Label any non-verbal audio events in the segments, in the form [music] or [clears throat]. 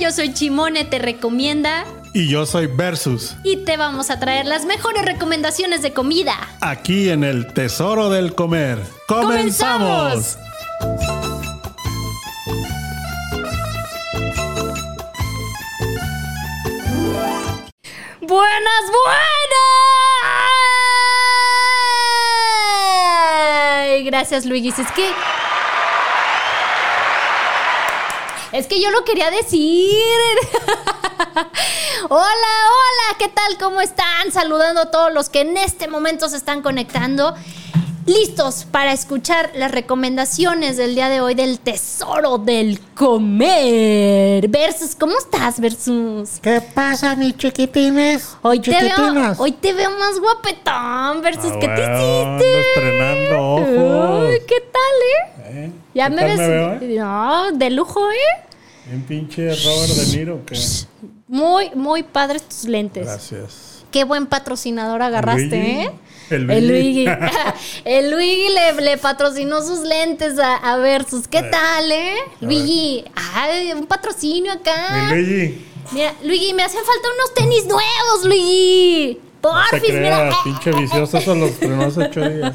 yo soy Chimone, te recomienda. Y yo soy Versus. Y te vamos a traer las mejores recomendaciones de comida. Aquí en el Tesoro del Comer. ¡Comenzamos! ¡Buenas, buenas! Ay, Gracias, Luis. Es que. Es que yo lo quería decir. hola, hola, ¿qué tal? ¿Cómo están? Saludando a todos los que en este momento se están conectando. Listos para escuchar las recomendaciones del día de hoy del tesoro del comer. Versus, ¿cómo estás, Versus? ¿Qué pasa, mis chiquitines? Hoy te, veo, Chiquitinas. hoy te veo más guapetón versus Ah, ¿qué te bueno, hiciste? ando estrenando ojos. Ay, ¿Qué tal, eh? ¿Eh? Ya ¿Qué me tal ves. veo, eh? No, de lujo, eh. ¿En pinche Robert De Niro? ¿qué? Muy, muy padres tus lentes. Gracias. Qué buen patrocinador agarraste, Luigi. ¿eh? El El Luigi. Luigi. [laughs] [laughs] El Luigi le, le patrocinó sus lentes a, a Versus. ¿Qué ver. tal, eh? ver. Luigi. Ay, un patrocinio acá. Mi Luigi. Mira, Luigi, me hacen falta unos tenis nuevos, Luigi. No te Porfis, Ah, mira. Eh, creas, pinche vicioso, eso los primeros ocho días.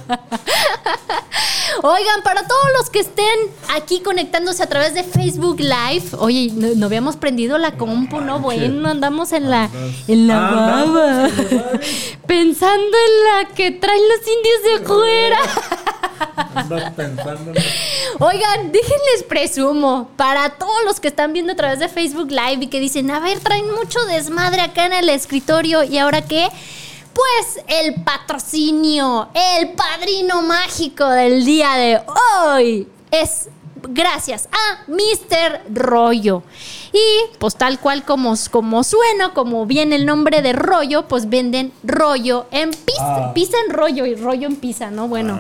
Oigan, para todos los que estén aquí conectándose a través de Facebook Live, oye, no, no habíamos prendido la compu, no, bueno, andamos en la, en la Andamos baba, [laughs] pensando en la que traen los indios de fuera. [laughs] Andas pensando. Oigan, déjenles presumo, para todos los que están viendo a través de Facebook Live y que dicen, a ver, traen mucho desmadre acá en el escritorio y ahora qué, pues el patrocinio, el padrino mágico del día de hoy es gracias a Mr. Rollo. Y pues tal cual como, como suena, como viene el nombre de Rollo, pues venden rollo en pizza, Ah. pizza en rollo y rollo en pizza, ¿no? Bueno.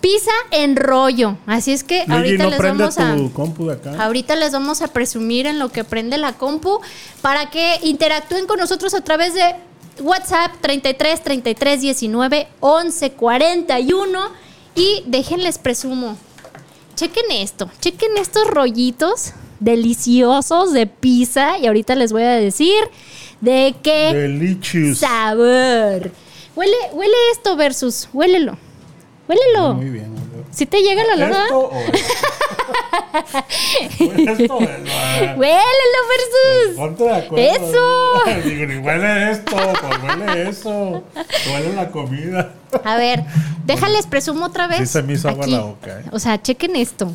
Pizza en rollo. Así es que Luigi, ahorita no les prende vamos a. tu compu de acá. Ahorita les vamos a presumir en lo que prende la compu para que interactúen con nosotros a través de WhatsApp 33 33 19 11 41 y déjenles presumo. Chequen esto, chequen estos rollitos deliciosos de pizza y ahorita les voy a decir de qué Delicious. sabor. Huele, huele esto versus, huélelo. Huélelo. Muy bien. muy bien. Si te llega el olor, ¿verdad? ¿Esto o [laughs] esto? Esto es, ah, Huélelo versus. Ponte de acuerdo. ¡Eso! [laughs] Digo, ni huele esto, pues huele eso. Huele la comida. A ver, déjales presumo otra vez. Sí se me hizo agua Aquí. la boca, ¿eh? O sea, chequen esto.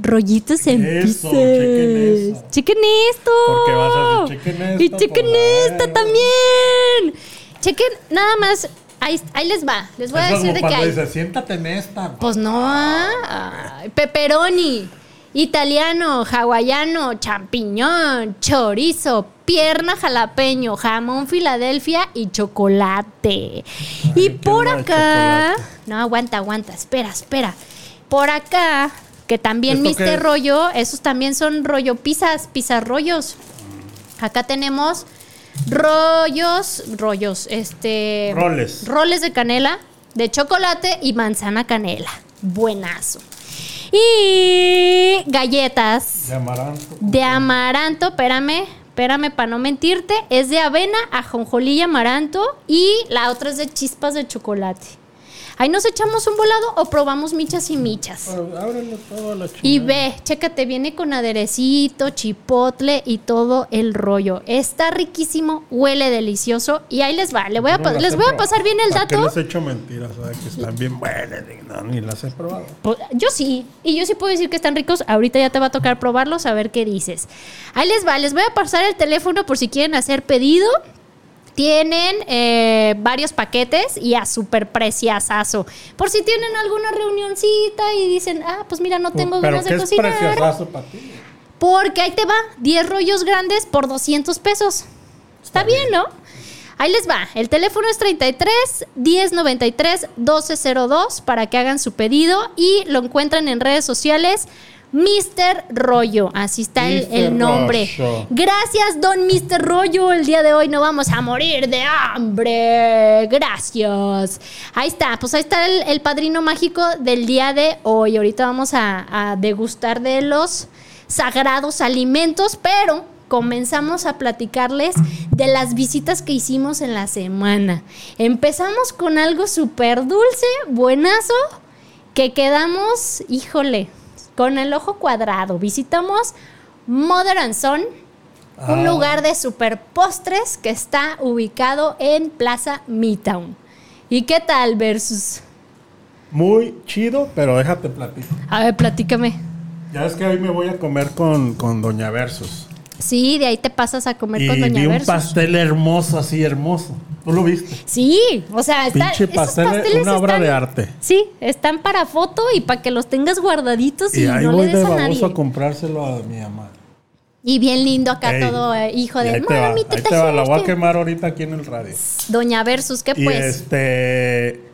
Rollitos en pizza. Eso, chequen eso. Chequen esto. Porque vas a decir, chequen Y esto, chequen pues, esta bueno. también. Chequen, nada más. Ahí, ahí les va. Les voy a es decir de como qué cuando hay. dice, siéntate en esta. Pues no. ah. Pepperoni, italiano, hawaiano, champiñón, chorizo, pierna jalapeño, jamón Filadelfia y chocolate. y por huele a acá. No, aguanta, aguanta. Espera, espera. Por acá, que también ¿Esto qué Mr. es? Rollo, esos también son rollo pizzas, pizarrollos. Acá tenemos rollos, rollos, este. Roles. Roles de canela, de chocolate y manzana canela. Buenazo. Y galletas De amaranto. de amaranto, espérame, espérame para no mentirte, es de avena, ajonjolí y amaranto y la otra es de chispas de chocolate. Ahí nos echamos un volado o probamos michas y michas. Pues, Ábrelo todo a la chingada. Y ve, chécate, viene con aderecito, chipotle y todo el rollo. Está riquísimo, huele delicioso y ahí les va. Le voy a, Yo pa- no las les he voy a probado. pasar bien el ¿Para qué dato. les he hecho mentiras, ¿sabes? Que están bien buenas. y No, ni las he probado. Pues, yo sí, y yo sí puedo decir que están ricos. Ahorita ya te va a tocar probarlos, a ver qué dices. Ahí les va, les voy a pasar el teléfono por si quieren hacer pedido. Tienen eh, varios paquetes y a super preciazazo. Por si tienen alguna reunioncita y dicen, ah, pues mira, no tengo Uh, Pero ganas de qué es cocinar. preciosazo para ti. Porque ahí te va, 10 rollos grandes por 200 pesos. Está bien, ¿no? Ahí les va. El teléfono es 33 1093 1202 para que hagan su pedido y lo encuentran en redes sociales. Mr. Rollo, así está el, el Mr. nombre. Rollo. Gracias, don Mr. Rollo. El día de hoy no vamos a morir de hambre. Gracias. Ahí está, pues ahí está el, el padrino mágico del día de hoy. Ahorita vamos a, a degustar de los sagrados alimentos, pero comenzamos a platicarles de las visitas que hicimos en la semana. Empezamos con algo súper dulce, buenazo, que quedamos, híjole, con el ojo cuadrado. Visitamos Mother and Son, un Ah. lugar de super postres que está ubicado en Plaza Midtown. ¿Y qué tal versus? Muy chido, pero déjate platico. A ver, platícame. Ya es que hoy me voy a comer con, con Doña Versus. Sí, de ahí te pasas a comer Y con Doña vi un Versus. pastel hermoso, así hermoso. ¿Tú lo viste? Sí, o sea, está, Pinche esos pastel, pasteles una obra están- de arte. Sí, están para foto y para que los tengas guardaditos y, Y ahí no voy le de des a baboso nadie. a comprárselo a mi mamá. Y bien lindo acá Ey, todo, eh, hijo y de ahí te va, mami, este". ahí ¿qué te va, la voy a trajiste?" quemar ahorita aquí en el radio. Doña Versus, ¿qué Y pues? este.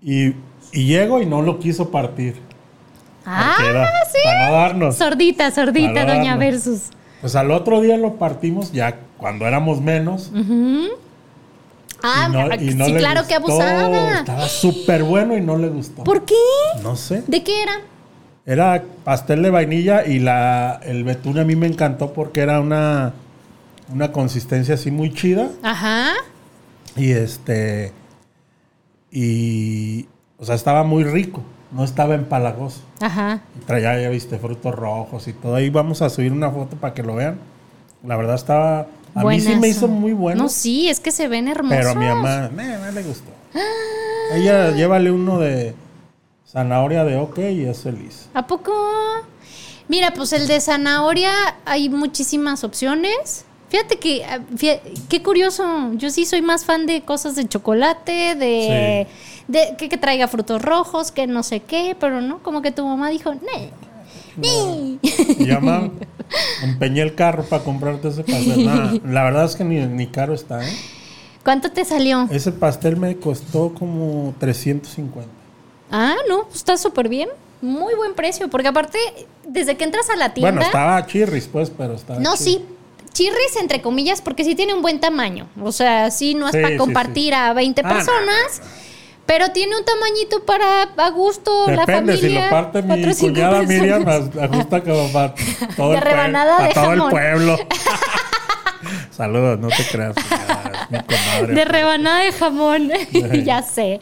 Y, y llego y no lo quiso partir. ah, porque era Para no darnos. sordita, sordita, Para Doña darnos. Versus. Pues al otro día lo partimos ya cuando éramos menos. Ah, sí, le claro que gustó. abusada. Estaba súper bueno y no le gustó. ¿Por qué? No sé. ¿De qué era? Era pastel de vainilla y la, el betún a mí me encantó porque era una, una consistencia así muy chida. Ajá. Y este. Y. O sea, estaba muy rico. No estaba empalagoso. Ajá. Y traía, ya viste, frutos rojos y todo. Ahí vamos a subir una foto para que lo vean. La verdad estaba. A mí sí me hizo Buenazo. muy bueno. No, sí, es que se ven hermosos. pero a mi mamá, "Nah, no le gustó. Ella llévale uno de zanahoria de ok y es feliz. ¿A poco? Mira, pues el de zanahoria hay muchísimas opciones. Fíjate que, ah, fía- qué curioso, yo sí soy más fan de cosas de chocolate, de, de que, que traiga frutos rojos, que no sé qué, pero no, como que tu mamá dijo, "Nee, nee". Y [laughs] yo, mamá, empeñé el carro para comprarte ese pastel. Nah, la verdad es que ni, ni caro está, ¿eh? ¿Cuánto te salió? Ese pastel me costó como 350. Ah, no, pues está súper bien, muy buen precio, porque aparte, desde que entras a la tienda... Bueno, estaba chirris, pues, pero estaba. No, chirris. sí. Chirris, entre comillas, porque sí tiene un buen tamaño. O sea, sí, no es Sí, para sí, compartir a 20 Ah, personas, pero tiene un tamañito para a gusto la Depende, familia. si lo parte cuatro o mi cinco cuñada Miriam, personas. as- ajusta [laughs] como para todo, De el, pue- rebanada para de todo el jamón. [laughs] pueblo. Saludos, no te creas. cuñada, es mi comadre. De rebanada de jamón, [laughs] ya sé.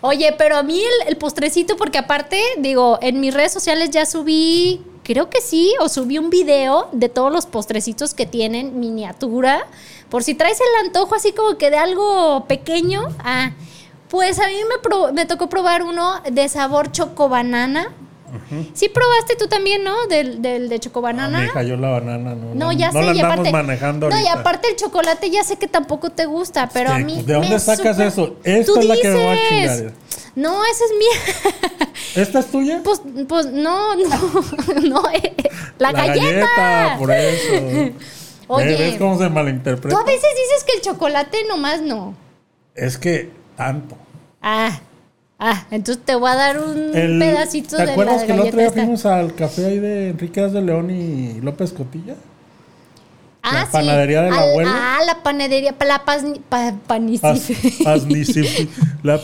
Oye, pero a mí el, el postrecito, porque aparte, digo, en mis redes sociales ya subí, creo que sí, o subí un video de todos los postrecitos que tienen miniatura. Por si traes el antojo así como que de algo pequeño, ah, pues a mí me, pro- me tocó probar uno de sabor chocobanana. Sí probaste tú también, ¿no? Del, del de chocobanana. Ah, mija, yo la banana no. No, la- ya no sé, la y andamos aparte, manejando No, y ahorita. aparte el chocolate ya sé que tampoco te gusta, pero a ¿Qué? mí ¿De dónde me sacas súper- eso? Esta Tú es la que me va a dices. chingar. eh. No, esa es mía. ¿Esta es tuya? [laughs] pues, pues no, no, [laughs] no, eh, eh, la, galleta. por [laughs] eso. Oye. ¿Ves- ¿Ves cómo se Tú a malinterpreta? veces dices que el chocolate nomás no. Es que tanto. Ah, ah, entonces te voy a dar un El- pedacito ¿Te de la acuerdas que el otro galleta día esta. fuimos al café ahí de Enrique As de León y López Cotilla? Ah, sí, panadería de la al- abuela. Ah, la panadería, pa- la pas, pa- Paz- panicife- [laughs] Paznicif- la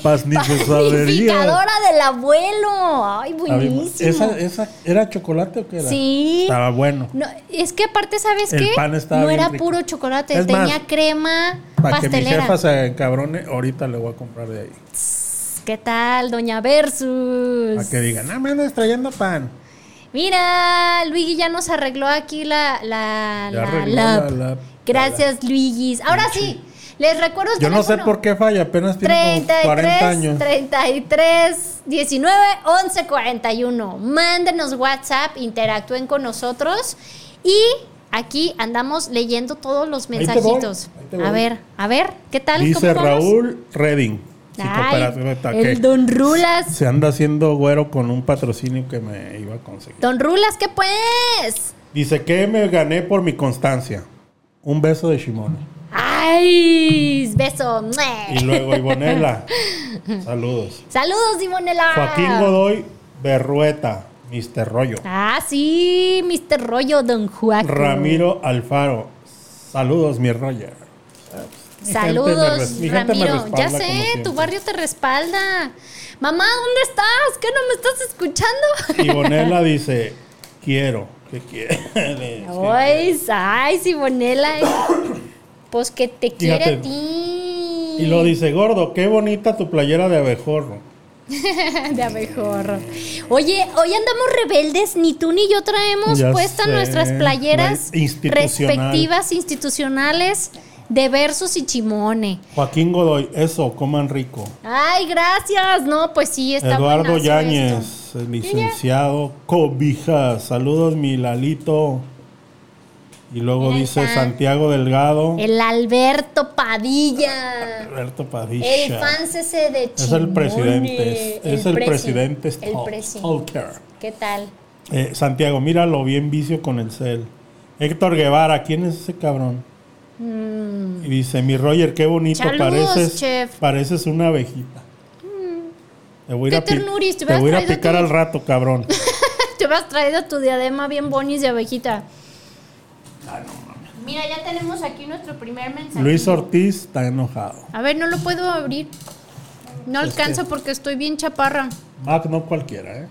paznicesadería. Panificadora del abuelo. Ay, buenísimo. ¿Esa, ¿Esa era chocolate o qué era? Sí. Estaba bueno. No, es que aparte, ¿sabes El qué? pan estaba no bien era rico. puro chocolate, Es tenía más, crema Para que mi pastelera. jefa se encabrone, ahorita le voy a comprar de ahí. ¿Qué tal, Doña Versus? Para que digan, ah, me andas trayendo pan. Mira, Luigi ya nos arregló aquí la, la, Ya la arregló lap. la lap. Gracias, Luigi. Ahora sí, les recuerdo el Yo no sé teléfono. por qué falla, apenas tiene como 40 33 años. 33 19 11 41. Mándenos WhatsApp, interactúen con nosotros y aquí andamos leyendo todos los Ahí te voy, mensajitos. ahí te voy. A ver, a ver, ¿qué tal? Dice ¿Cómo vamos? Raúl Redding. Ay, psicooperativa de ataque. el Don Rulas. Se anda haciendo güero con un patrocinio que me iba a conseguir. Don Rulas, ¿qué pues? Dice que me gané por mi constancia. Un beso de Shimona. Ay, beso. Y luego Ivonela. Saludos. Saludos, Dimonela. Joaquín Godoy Berrueta, Mr. Rollo. Ah, sí, Mr. Rollo, Don Joaquín. Ramiro Alfaro. Saludos, mi Roger. Mi gente me Saludos, res- mi gente me Ramiro. respalda Ya como sé, siempre. tu barrio te respalda. [laughs] Mamá, ¿dónde estás? ¿Qué no me estás escuchando? Ivonela dice, quiero ¿Qué quieres? Ay, ay, Simonela. eh. Pues que te quiere Fíjate. a ti. Y [laughs] lo dice, gordo, qué bonita tu playera de abejorro. De abejorro. Oye, hoy andamos rebeldes, ni tú ni yo traemos Ya puestas sé. nuestras playeras La institucional. respectivas institucionales de versos y chimone. Joaquín Godoy, eso, coman rico. Ay, gracias. No, pues sí, está Eduardo buenazo esto. Yáñez, el licenciado Cobija. Saludos, mi Lalito. Y luego Ahí dice está. Santiago Delgado. El Alberto Padilla. Alberto Padilla. El fans ese de es Chimone. el presidente. Es, es el, presi- presidente. El Stal- presi. Stalker. ¿Qué tal? Eh, Santiago, míralo bien vicio con el cel. Héctor Guevara, ¿quién es ese cabrón? Y dice, mi Roger, qué bonito Mm. Saludos, pareces. chef. Mm. Pareces una abejita. Te voy a ir Qué a pi- ternuris, te te voy a ir a hubieras traído picar tu- al rato, cabrón. [laughs] Te hubieras traído tu diadema bien bonis de abejita. Ah, Mira, ya tenemos aquí nuestro primer mensaje. Luis Ortiz está enojado. A ver, no lo puedo abrir. No Es alcanzo que- porque estoy bien chaparra. Mac no cualquiera, ¿eh?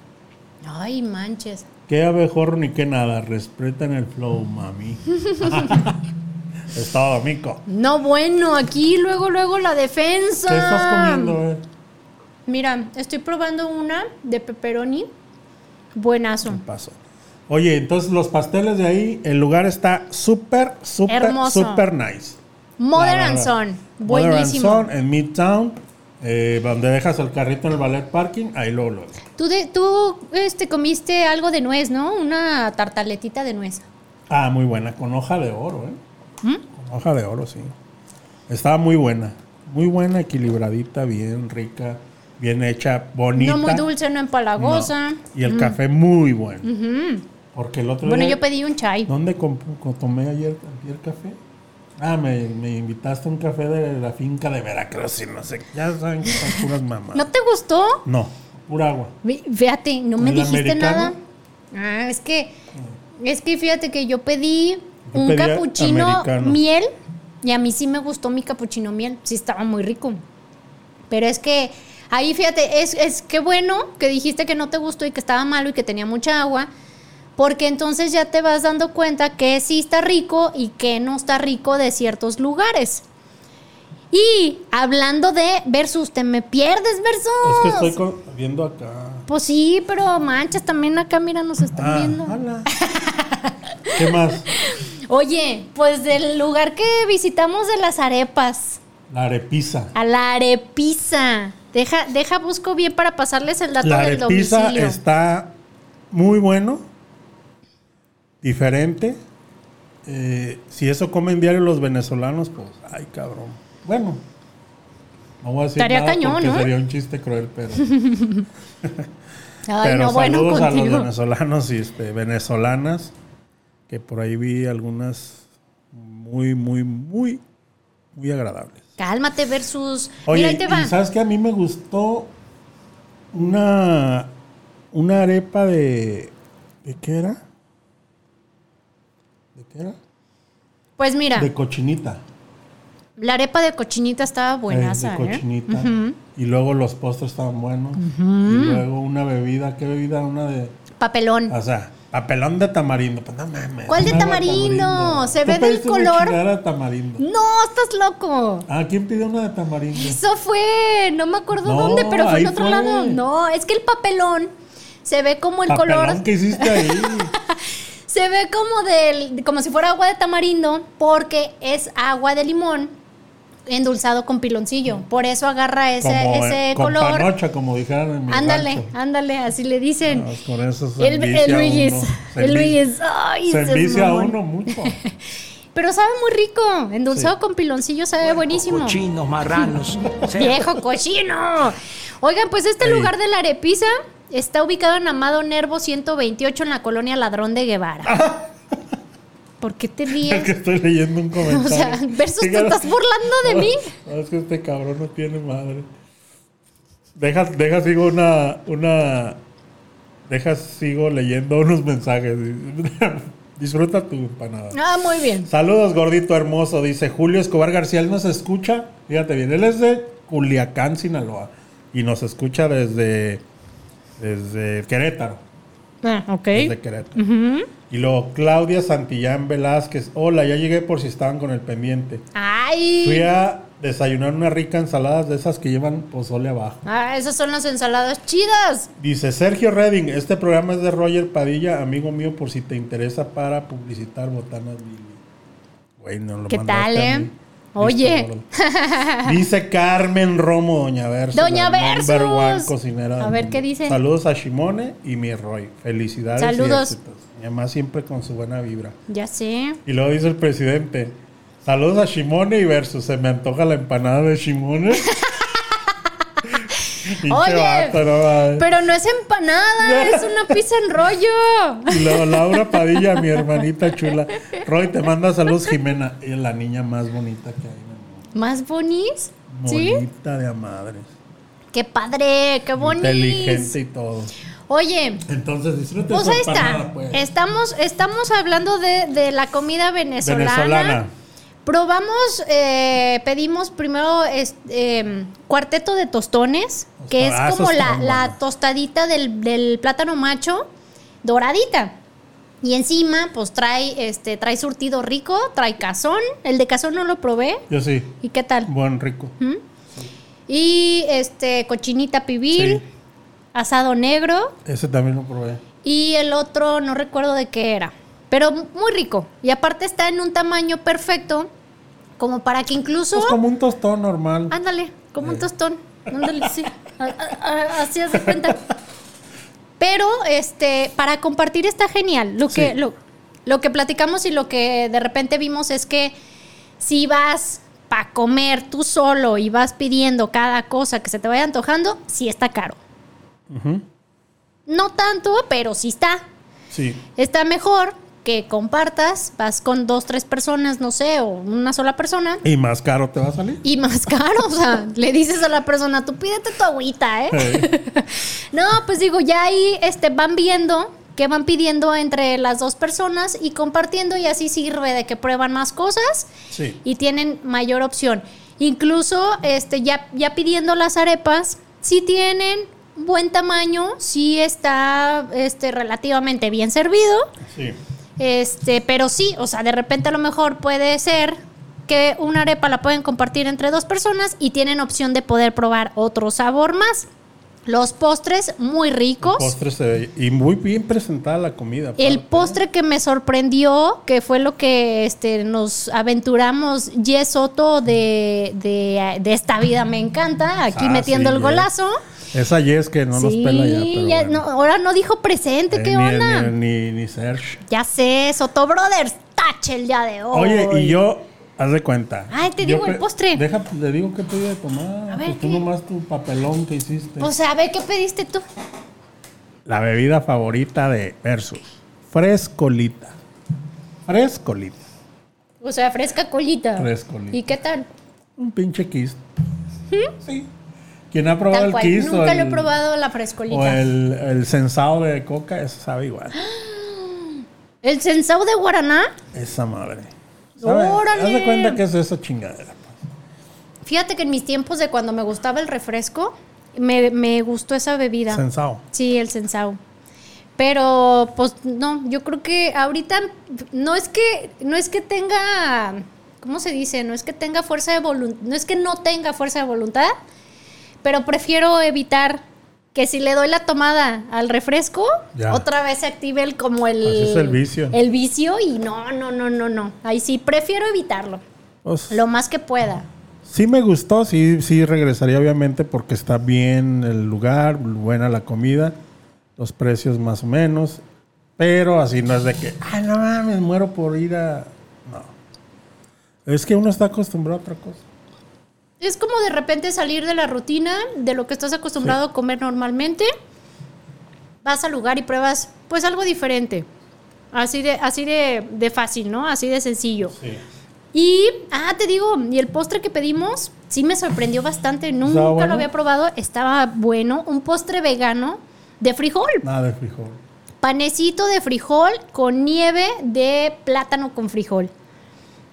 Ay, manches. Qué abejorro ni qué nada. Respetan el flow, [laughs] mami. es todo, mico. No, bueno, aquí luego, luego la defensa. ¿Qué estás comiendo, eh? Mira, estoy probando una de pepperoni. Buenazo. Paso. Oye, entonces los pasteles de ahí, el lugar está súper, súper, Hermoso. súper nice. Modern La and verdad. Son. Modern and Buenísimo. Son, en Midtown, eh, donde dejas el carrito en el ballet parking, ahí lo lo. Tú, de, tú este, comiste algo de nuez, ¿no? Una tartaletita de nuez. Ah, muy buena, con hoja de oro, ¿eh? ¿Mm? Con hoja de oro, sí. Estaba muy buena, muy buena, equilibradita, bien rica, bien hecha, bonita. No muy dulce, no No. empalagosa. Y el café muy bueno. Porque el otro Bueno, día- yo pedí un chai. ¿Dónde comp- co- tomé ayer, ayer café? Ah, me, me invitaste a un café de la finca de Veracruz y no sé. Ya saben que son [laughs] puras mamás. ¿No te gustó? No, pura agua. Ve- Fíjate, no me ¿El dijiste americano? Mm. nada. Ah, es que, es que fíjate que yo pedí Yo un pedí capuchino americano. miel y a mí sí me gustó mi capuchino miel. Sí estaba muy rico. Pero es que ahí fíjate, es, es que bueno que dijiste que no te gustó y que estaba malo y que tenía mucha agua. Porque entonces ya te vas dando cuenta que sí está rico y que no está rico de ciertos lugares. Y hablando de versus, te me pierdes versus. Es que estoy con- viendo acá. Pues sí, pero manchas también acá, mira, nos están Ah, viendo. [laughs] hola. ¿Qué más? Oye, pues del lugar que visitamos de las arepas, La arepiza. a la arepiza. Deja, deja, busco bien para pasarles el dato La del arepiza domicilio. está muy bueno, diferente. Eh, si eso comen diario los venezolanos, pues, ay, cabrón. Bueno, no voy a decir Estaría nada cañón, porque ¿no? sería un chiste cruel, [laughs] pero, Ay, pero no, bueno, saludos a los contigo. venezolanos y este, venezolanas, que por ahí vi algunas muy, muy, muy, muy agradables. Cálmate versus. Oye, mira, ahí te y va. ¿sabes que A mí me gustó una, una arepa de... ¿De qué era? ¿De qué era? Pues mira, De cochinita. la arepa de cochinita estaba Eh, buenaza, de ¿eh? cochinita. Y luego los postres estaban buenos. Y luego una bebida. ¿Qué bebida? Una de... Papelón. O sea, papelón de tamarindo. Pues no mames. ¿Cuál de una tamarindo? Se ¿Tú ve del pediste una color. chingadera de tamarindo. No, estás loco. Ah, ¿quién pidió una de tamarindo? Eso fue, no me acuerdo No, dónde, pero fue ahí en otro fue. lado. No, es que el papelón se ve como el Papelón color, que hiciste ahí. se ve como del, como si fuera agua de tamarindo, porque es agua de limón endulzado con piloncillo. Por eso agarra ese, Mm. como, ese eh, con color. panocha, como dijeron en mi ándale, rancho. ándale, así le dicen. Ah, con eso se el, envicia el Luis, uno. Se el envi- Luis, ay, ese Se es envicia a mamón. [laughs] uno mucho. [laughs] Pero sabe muy rico, endulzado con piloncillo sabe buenísimo. Cochinos, marranos. ¡Viejo cochino! Oigan, pues este Ey. lugar de la arepiza está ubicado en Amado Nervo 128 en la colonia Ladrón de Guevara. ¿Por qué te Ah. [laughs] es que ríes? estoy leyendo un comentario. O sea, versus te Fíjate. estás burlando de mí. No, [laughs] es que este cabrón no tiene madre. Deja, deja sigo una, una. Deja sigo leyendo unos mensajes. [laughs] Disfruta tu empanada. Ah, muy bien. Saludos, gordito hermoso. Dice Julio Escobar García. Él nos escucha. Fíjate bien, él es de Culiacán, Sinaloa. Y nos escucha desde, desde Querétaro. Ah, ok. desde Querétaro. Y luego Claudia Santillán Velázquez. Hola, ya llegué por si estaban con el pendiente. Fui Ay. a desayunar una rica ensalada de esas que llevan pozole abajo. Ah, esas son las ensaladas chidas. Dice Sergio Redding, este programa es de Roger Padilla, amigo mío, por si te interesa para publicitar botanas Billy. Güey, no lo ¿Qué mandaste tal, a eh? mí. Oye. Listo, órale. Dice Carmen Romo, Doña Versus. Doña la Versus. number one cocinera del A ver, mundo. ¿qué dicen? Saludos a Shimone y mi Roy. Felicidades. Saludos. Y éxitos. Mi mamá siempre con su buena vibra. Ya sé. Y luego dice el presidente, saludos a Shimone y Versus, se me antoja la empanada de Shimone. [laughs] Pinche Oye, vato, no mames. Pero no es [laughs] empanada, es una pizza en rollo. Y luego Laura Padilla, mi hermanita chula. Roy, te manda saludos Jimena, Ella es la niña más bonita que hay. mi ¿Más bonis? amor. ¿Sí? Bonita de a madres. ¡Qué padre! ¡Qué bonis! Inteligente y todo. Oye, Entonces disfruten pues su ahí está. empanada, pues. Estamos, estamos hablando de, de la comida venezolana. Venezolana. Probamos, eh, pedimos primero es- eh, cuarteto de tostones, que es Ah, esos como la, están la buenos. tostadita del, del plátano macho doradita. Y encima, pues trae, este, trae surtido rico, trae cazón. El de cazón no lo probé. Yo sí, ¿Y qué tal? buen rico. ¿Mm? Y este, cochinita pibil, Sí. asado negro. Ese también lo probé. Y el otro no recuerdo de qué era. Pero muy rico. Y aparte está en un tamaño perfecto como para que incluso... Es Pues como un tostón normal. Ándale, como un tostón. Ándale, sí. A- a- a- Así hace cuenta. Pero este, para compartir está genial. Lo que, Sí. lo, lo que platicamos y lo que de repente vimos es que si vas para comer tú solo y vas pidiendo cada cosa que se te vaya antojando, sí está caro. Ujú. No tanto, pero sí está. Sí. Está mejor que compartas, vas con dos, tres personas, no sé, o una sola persona. Y más caro te va a salir. Y más caro, o sea, le dices a la persona, tú pídete tu agüita, ¿eh? Eh, No, pues digo, ya ahí este, van viendo qué van pidiendo entre las dos personas y compartiendo y así sirve de que prueban más cosas sí. y tienen mayor opción. Incluso este, ya, ya pidiendo las arepas, si tienen buen tamaño, si está este, relativamente bien servido. Sí. Este, pero sí, o sea, de repente a lo mejor puede ser que una arepa la pueden compartir entre dos personas y tienen opción de poder probar otro sabor más. Los postres muy ricos. Postre se ve- eh, Y muy bien presentada la comida. El aparte. postre que me sorprendió, que fue lo que este, nos aventuramos, Yes Soto de, de, de esta vida me encanta, aquí Ah, metiendo sí, el Yes. golazo. Esa Yes que no nos sí, pela ya. Pero ya bueno. no- ahora no dijo presente, Eh, ¿qué ni, onda? Ni, ni, ni Serge. Ya sé, Soto Brothers, tache el día de hoy. Oye, y yo, haz de cuenta. Ay, te Yo digo el pe- postre. Deja, le digo que pedí de tomar. A ver, pues tú ¿qué? Pues- nomás tu papelón que hiciste. O sea, a ver, ¿qué pediste tú? la bebida favorita de Versus. Frescolita. Frescolita. O sea, fresca colita. Frescolita. ¿Y qué tal? Un pinche kiss. Sí. ¿Quién ha probado ¿Mm? Tal el cual. kiss? o Nunca lo he el- probado la O frescolita. El... el, el sensado de coca, eso [gasps] sabe igual. sensao de guaraná, Esa madre. ¡Órale! Haz de cuenta que es esa chingadera. fíjate que en mis tiempos de cuando me gustaba el refresco, me, me gustó esa bebida. Sensado. Sí, el sensao. Pero, pues, no, yo creo que ahorita no es que, no es que tenga, ¿cómo se dice? No es que tenga fuerza de voluntad, no es que no tenga fuerza de voluntad, pero prefiero evitar que si le doy la tomada al refresco, Ya. otra vez se active el como el... Así es el vicio. El vicio y no, no, no, no, no. Ahí sí, prefiero evitarlo, Pues, lo más que pueda. Sí me gustó, sí, sí regresaría obviamente porque está bien el lugar, buena la comida, los precios más o menos, pero así no es de que, ah, no mames, muero por ir a... No. Es que uno está acostumbrado a otra cosa. Es como de repente salir de la rutina, de lo que estás acostumbrado a comer normalmente. Vas al lugar y pruebas pues algo diferente. Así de, así de, de fácil, ¿no? Así de sencillo. Sí. Y, ah, te digo, y el postre que pedimos sí me sorprendió bastante. Nunca bueno? lo había probado. Estaba bueno. Un postre vegano de frijol. Nada de frijol. Panecito de frijol con nieve de plátano con frijol.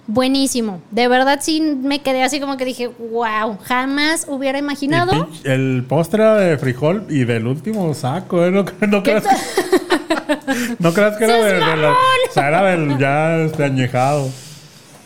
Buenísimo. De verdad sí me quedé así como que dije, wow, jamás hubiera Y imaginado. pinche- el postre era de frijol y del último saco, ¿eh? No, [laughs] cre- no creas que, no creas que era ¡Seas de, de la- mamón! o sea, era del ya este, añejado.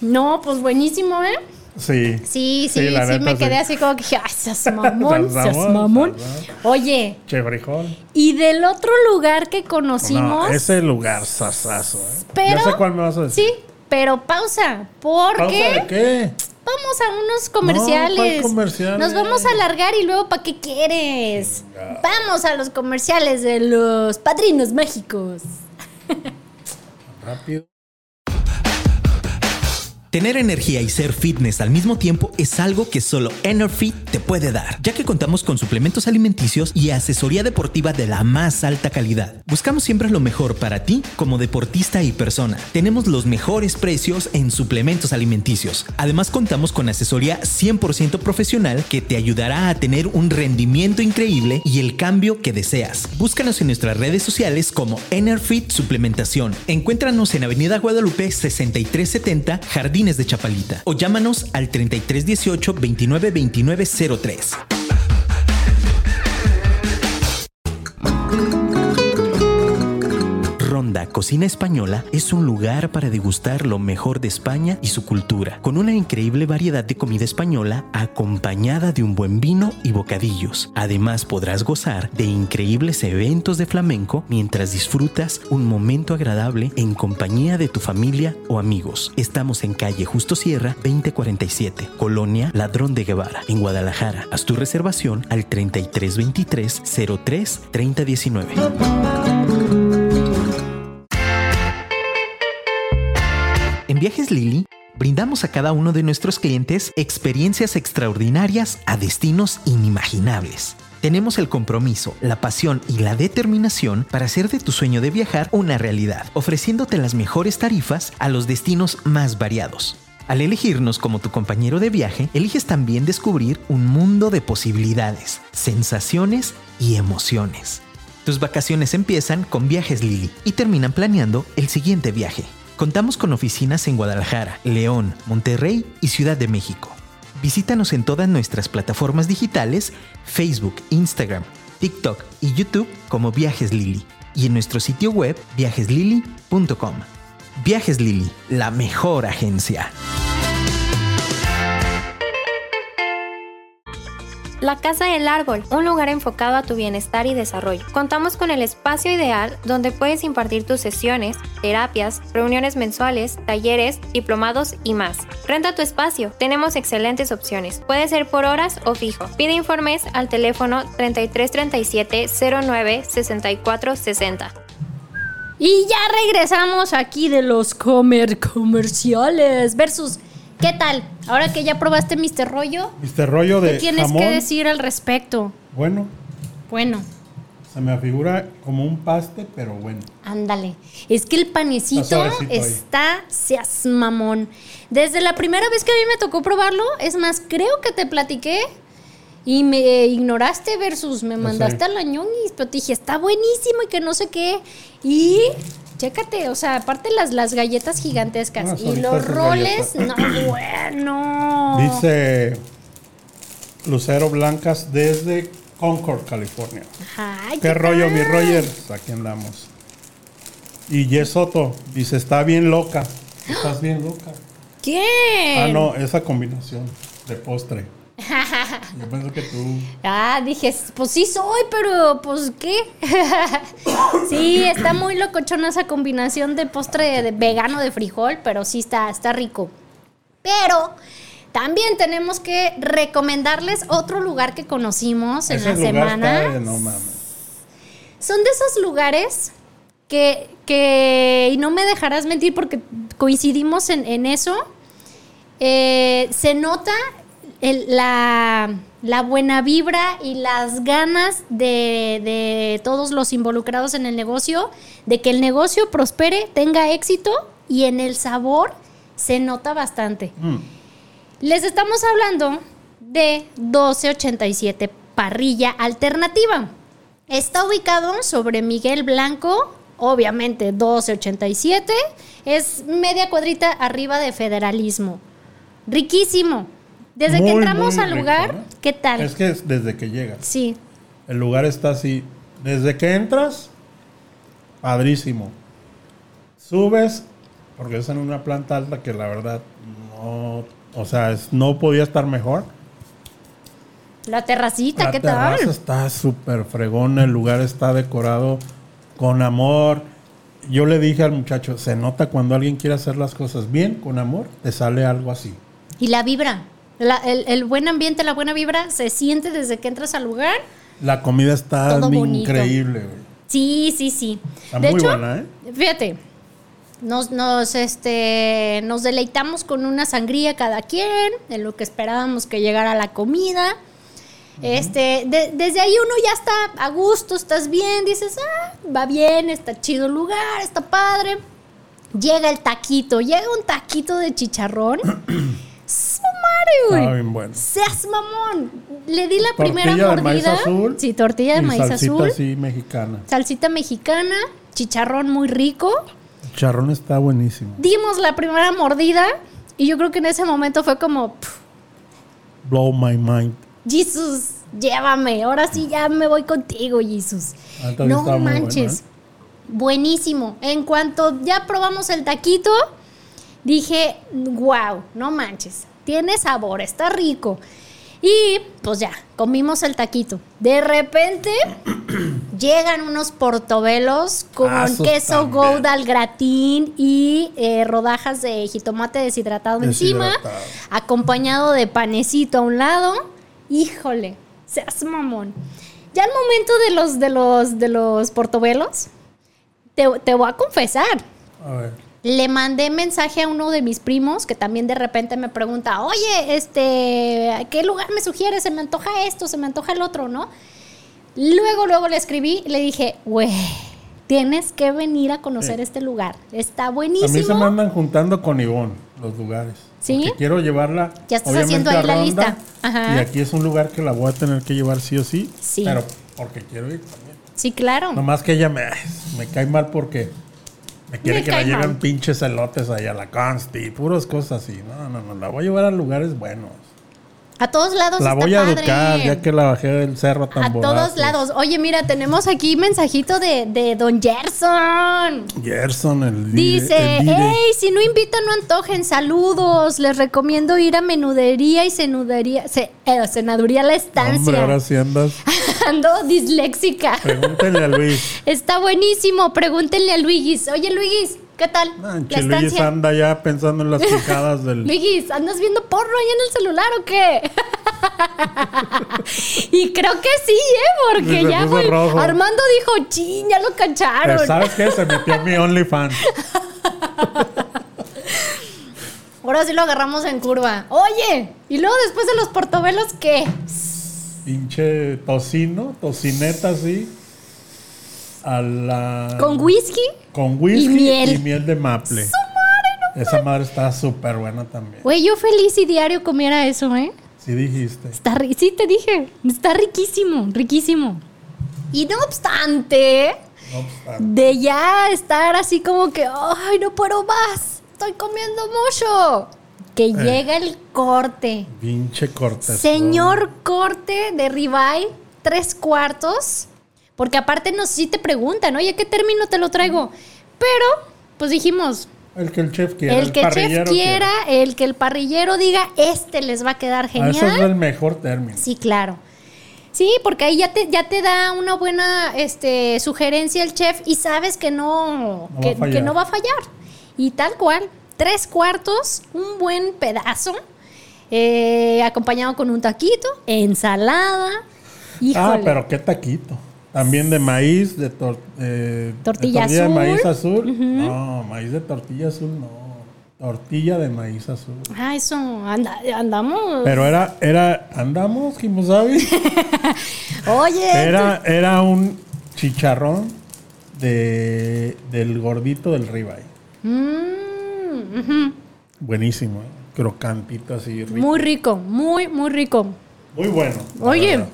No, pues buenísimo, ¿eh? Sí. Sí, sí, sí, la neta, me quedé sí. así como que dije, ay, seas mamón, [laughs] Seas seas mamón, mamón. seas Oye, Che, frijol. y del otro lugar que No, conocimos, ese lugar sasazo, ¿eh? Pero- Ya sé cuál me vas a decir. sí, pero pausa, porque ¿Pausa de qué? vamos a unos comerciales. No, ¿cuál comerciales? Nos vamos a alargar y luego, ¿para qué quieres? Vamos a los comerciales de los padrinos mágicos. Rápido. Tener energía y ser fitness al mismo tiempo es algo que solo Enerfit te puede dar, ya que contamos con suplementos alimenticios y asesoría deportiva de la más alta calidad. Buscamos siempre lo mejor para ti como deportista y persona. Tenemos los mejores precios en suplementos alimenticios. Además contamos con asesoría 100% profesional que te ayudará a tener un rendimiento increíble y el cambio que deseas. Búscanos en nuestras redes sociales como Enerfit Suplementación. Encuéntranos en Avenida Guadalupe 6370, Jardines de Chapalita. O llámanos al 3318 292903. Ronda Cocina Española es un lugar para degustar lo mejor de España y su cultura, con una increíble variedad de comida española acompañada de un buen vino y bocadillos. Además podrás gozar de increíbles eventos de flamenco mientras disfrutas un momento agradable en compañía de tu familia o amigos. Estamos en calle Justo Sierra 2047, Colonia Ladrón de Guevara, en Guadalajara. Haz tu reservación al 3323 03 3019. En Viajes Lili, brindamos a cada uno de nuestros clientes experiencias extraordinarias a destinos inimaginables. Tenemos el compromiso, la pasión y la determinación para hacer de tu sueño de viajar una realidad, ofreciéndote las mejores tarifas a los destinos más variados. Al elegirnos como tu compañero de viaje, eliges también descubrir un mundo de posibilidades, sensaciones y emociones. Tus vacaciones empiezan con Viajes Lili y terminan planeando el siguiente viaje. Contamos con oficinas en Guadalajara, León, Monterrey y Ciudad de México. Visítanos en todas nuestras plataformas digitales, Facebook, Instagram, TikTok y YouTube como Viajes Lili y en nuestro sitio web viajeslili.com. Viajes Lili, la mejor agencia. La Casa del Árbol, un lugar enfocado a tu bienestar y desarrollo. Contamos con el espacio ideal donde puedes impartir tus sesiones, terapias, reuniones mensuales, talleres, diplomados y más. Renta tu espacio, tenemos excelentes opciones. Puede ser por horas o fijo. Pide informes al teléfono 3337 09 64 60. Y ya regresamos aquí de los comer comerciales versus ¿qué tal? Ahora que ya probaste Mr. Rollo, Este rollo ¿qué de tienes jamón. que decir al respecto? Bueno, Bueno, se me afigura como un paste, pero bueno. ándale. Es que el panecito Está suavecito ahí. está seas mamón. Desde la primera vez que a mí me tocó probarlo, es más, creo que te platiqué y me eh, ignoraste versus me mandaste sé. a la ñonguis, pero te dije, está buenísimo y que no sé qué. Y chécate, o sea, aparte las, las galletas Ah, gigantescas y solitas los esas roles, no, bueno. Dice Lucero Blancas desde Concord, California. Ay, ¿Qué Ah, ¿qué rollo, tal? mi Rogers? Aquí andamos. Y Yesoto dice, está bien loca. Estás bien loca. ¿Qué? Ah, no, esa combinación [laughs] de postre. Yo pienso que tú... Ah, dije, pues sí soy, pero pues qué. [laughs] sí, está muy locochona esa combinación de postre de- vegano de frijol, pero sí está, está rico. Pero también tenemos que recomendarles otro lugar que conocimos en ese la lugar semana. está de no mames. Son de esos lugares que, que- y no me dejarás mentir porque coincidimos en, en eso, eh, se nota el- la, la buena vibra y las ganas de, de todos los involucrados en el negocio, de que el negocio prospere, tenga éxito y en el sabor se nota bastante. Mm. Les estamos hablando de 1287 Parrilla Alternativa. Está ubicado sobre Miguel Blanco obviamente 1287, es media cuadrita arriba de federalismo. Riquísimo. Desde que Muy, entramos muy al rico, lugar, ¿no? ¿qué tal? Es que es desde que llegas. Sí, El lugar está así. Desde que entras, padrísimo. Subes, porque es en una planta alta que la verdad no. O sea, es- no podía estar mejor. la terracita, La ¿qué terraza tal? está súper fregón, el lugar está decorado con amor. Yo le dije al muchacho, se nota cuando alguien quiere hacer las cosas bien, con amor, te sale algo así. Y la vibra. La- el, el buen ambiente, la buena vibra se siente desde que entras al lugar. La comida está Todo bonito. increíble, güey. Sí, sí, sí. Está de muy hecho, buena, ¿eh? fíjate, nos, nos, este, nos deleitamos con una sangría cada quien, en lo que esperábamos que llegara la comida. Este, de- desde ahí uno ya está a gusto, estás bien, dices, ah, va bien, está chido el lugar, está padre. Llega el taquito, llega un taquito de [coughs] chicharrón. ¡Su madre, Está güey! bien bueno. ¡Seas mamón! Le di la primera Tortilla de maíz mordida. azul. sí, tortilla de y maíz salsita azul. así mexicana. Salsita mexicana, chicharrón muy rico El charrón está buenísimo. dimos la primera mordida y yo creo que en ese momento fue como, "Pf, Blow my mind. Jesus, llévame, ahora sí ya me voy contigo, Jesus. Ah, entonces estaba No muy bueno, ¿eh? manches, buenísimo. En cuanto ya probamos el taquito, dije, wow, no manches, tiene sabor, está rico. Y pues ya, comimos el taquito. De repente [clears throat] llegan unos portobelos con Ah, esos queso también. gouda al gratín y eh, rodajas de jitomate deshidratado, encima, Deshidratado. acompañado de panecito a un lado. Híjole, seas mamón. Ya al momento de los de los de los portobelos, te, te voy a confesar. A ver. Le mandé mensaje a uno de mis primos que también de repente me pregunta, oye, este, ¿a ¿qué lugar me sugieres? Se me antoja esto, se me antoja el otro, ¿no? Luego, luego le escribí y le dije, güey, tienes que venir a conocer Sí. este lugar. Está Eh, A mí se me buenísimo. andan juntando con Ivonne los lugares. ¿Sí? Porque quiero llevarla. Ya estás haciendo obviamente, ahí a la Ronda, lista. Ajá. Y aquí es un lugar que la voy a tener que llevar sí o sí. Sí. Pero porque quiero ir también. Sí, claro. Nomás que ella me, me cae mal porque me quiere Me que la cae lleven mal. pinches elotes ahí a la Consti, puras cosas así. No, no, no. La voy a llevar a lugares buenos. A todos lados. La está voy a padre. educar ya que la bajé del cerro tan A todos lados. Oye, mira, tenemos aquí mensajito de, de Don Gerson. Gerson, el líder- Dice, el líder. hey, si no invitan, no antojen, saludos. Les recomiendo ir a menudería y cenudería, ce- eh, cenaduría la Hombre, estancia. ahora sí andas. [laughs] Ando disléxica. Pregúntenle a [laughs] Luis. Está buenísimo, pregúntenle a Luigis. Oye, Luigis, ¿qué tal? Manche, Luis anda ya pensando en las [laughs] picadas del. Luigis, ¿andas viendo porno ahí en el celular o qué? [laughs] y creo que sí, ¿eh? Porque Se ya puso güey, rojo. Armando dijo, ching, ya lo Pero, cacharon. ¿Sabes qué? Se metió en mi OnlyFans. Ahora sí lo agarramos en curva. Oye, y luego después de los portobelos, ¿qué? Pinche tocino, tocineta así. A la. ¿Con whisky? Con whisky Y miel. de maple. Esa madre está súper buena también. Güey, yo feliz y diario comiera eso, ¿eh? Sí dijiste. Está ri- sí, te dije, está riquísimo, riquísimo. Y no obstante, No obstante. de ya estar así como que, ay, no puedo más, estoy comiendo mucho. Que llega el corte. Pinche cortesón. Señor corte de ribeye, tres cuartos. Porque aparte nos sí te preguntan, oye, ¿qué término te lo traigo? Pero, pues dijimos, El que el chef quiera. el que el chef parrillero quiera, el que el parrillero diga, este les va a quedar Ah, Ese es genial. el mejor término. Sí, claro. Sí, porque ahí ya te, ya te da una buena este, sugerencia el chef y sabes que no, No va que, a fallar. que no va a fallar. Y tal cual, tres cuartos, un buen pedazo, eh, acompañado con un taquito, ensalada. Híjole. Ah, pero qué taquito. También de maíz, de, tor- eh, de Tortilla tortilla de azul. maíz azul. No, maíz de tortilla azul no. Tortilla de maíz azul. Ah, eso, anda- andamos. Pero era, era, [laughs] andamos, Kimosabi. Oye, Era, era un chicharrón de, del gordito del ribeye. Mm, ujú. Buenísimo, ¿eh? crocantito así, rico. muy rico, muy, muy rico. Muy bueno. la Oye, verdad.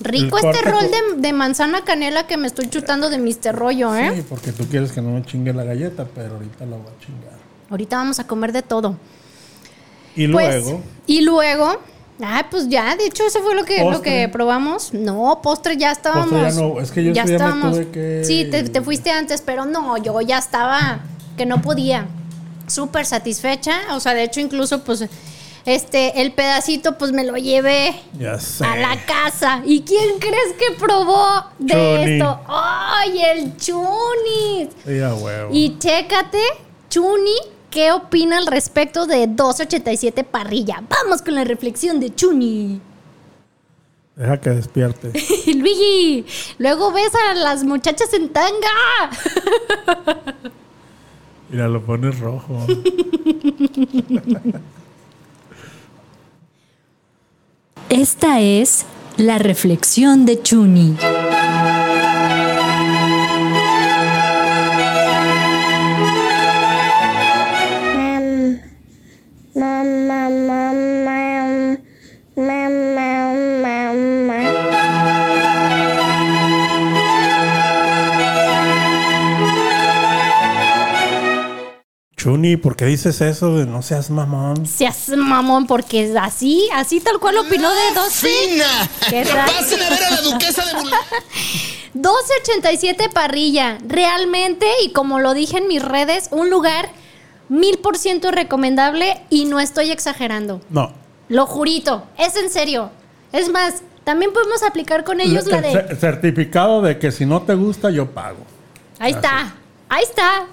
Rico El este cuarto rol co- de, de manzana canela que me estoy chutando de Mr. Rollo, ¿eh? Sí, porque tú quieres que no me chingue la galleta, pero ahorita la voy a chingar. Ahorita vamos a comer de todo. Y Pues, luego, y luego, ah, pues ya, de hecho, eso fue lo que, lo Postre. que probamos. No, postre ya estábamos. no, es que yo ese día me tuve que- Sí, te, te fuiste antes, pero no, yo ya estaba, que no podía. Súper satisfecha. O sea, de hecho, incluso, pues, este, el pedacito, pues me lo llevé. ya sé. A la casa. ¿Y quién crees que probó de Chuni. esto? ¡Ay, el Chunis! Sí, a huevo. Y chécate, Chuni, ¿qué opina al respecto de 287 parrilla? Vamos con la reflexión de Chuni. [laughs] Deja que despierte. Luigi, luego ves a las muchachas en tanga. [laughs] Mira, lo pones rojo. Esta es la reflexión de Chuni. Chuni, ¿por qué dices eso? de No seas mamón. Seas mamón, porque es así, así tal cual opinó de 12. ¡Fina! ¿Qué tal? ¡Pasen a ver a la duquesa de Bulgaria! 1287 Parrilla, realmente, y como lo dije en mis redes, un lugar mil por ciento recomendable y no estoy exagerando. No. Lo jurito, es en serio. Es más, también podemos aplicar con ellos la de... Cer- Certificado de que si no te gusta, yo pago. Ah, Ahí está, ahí está.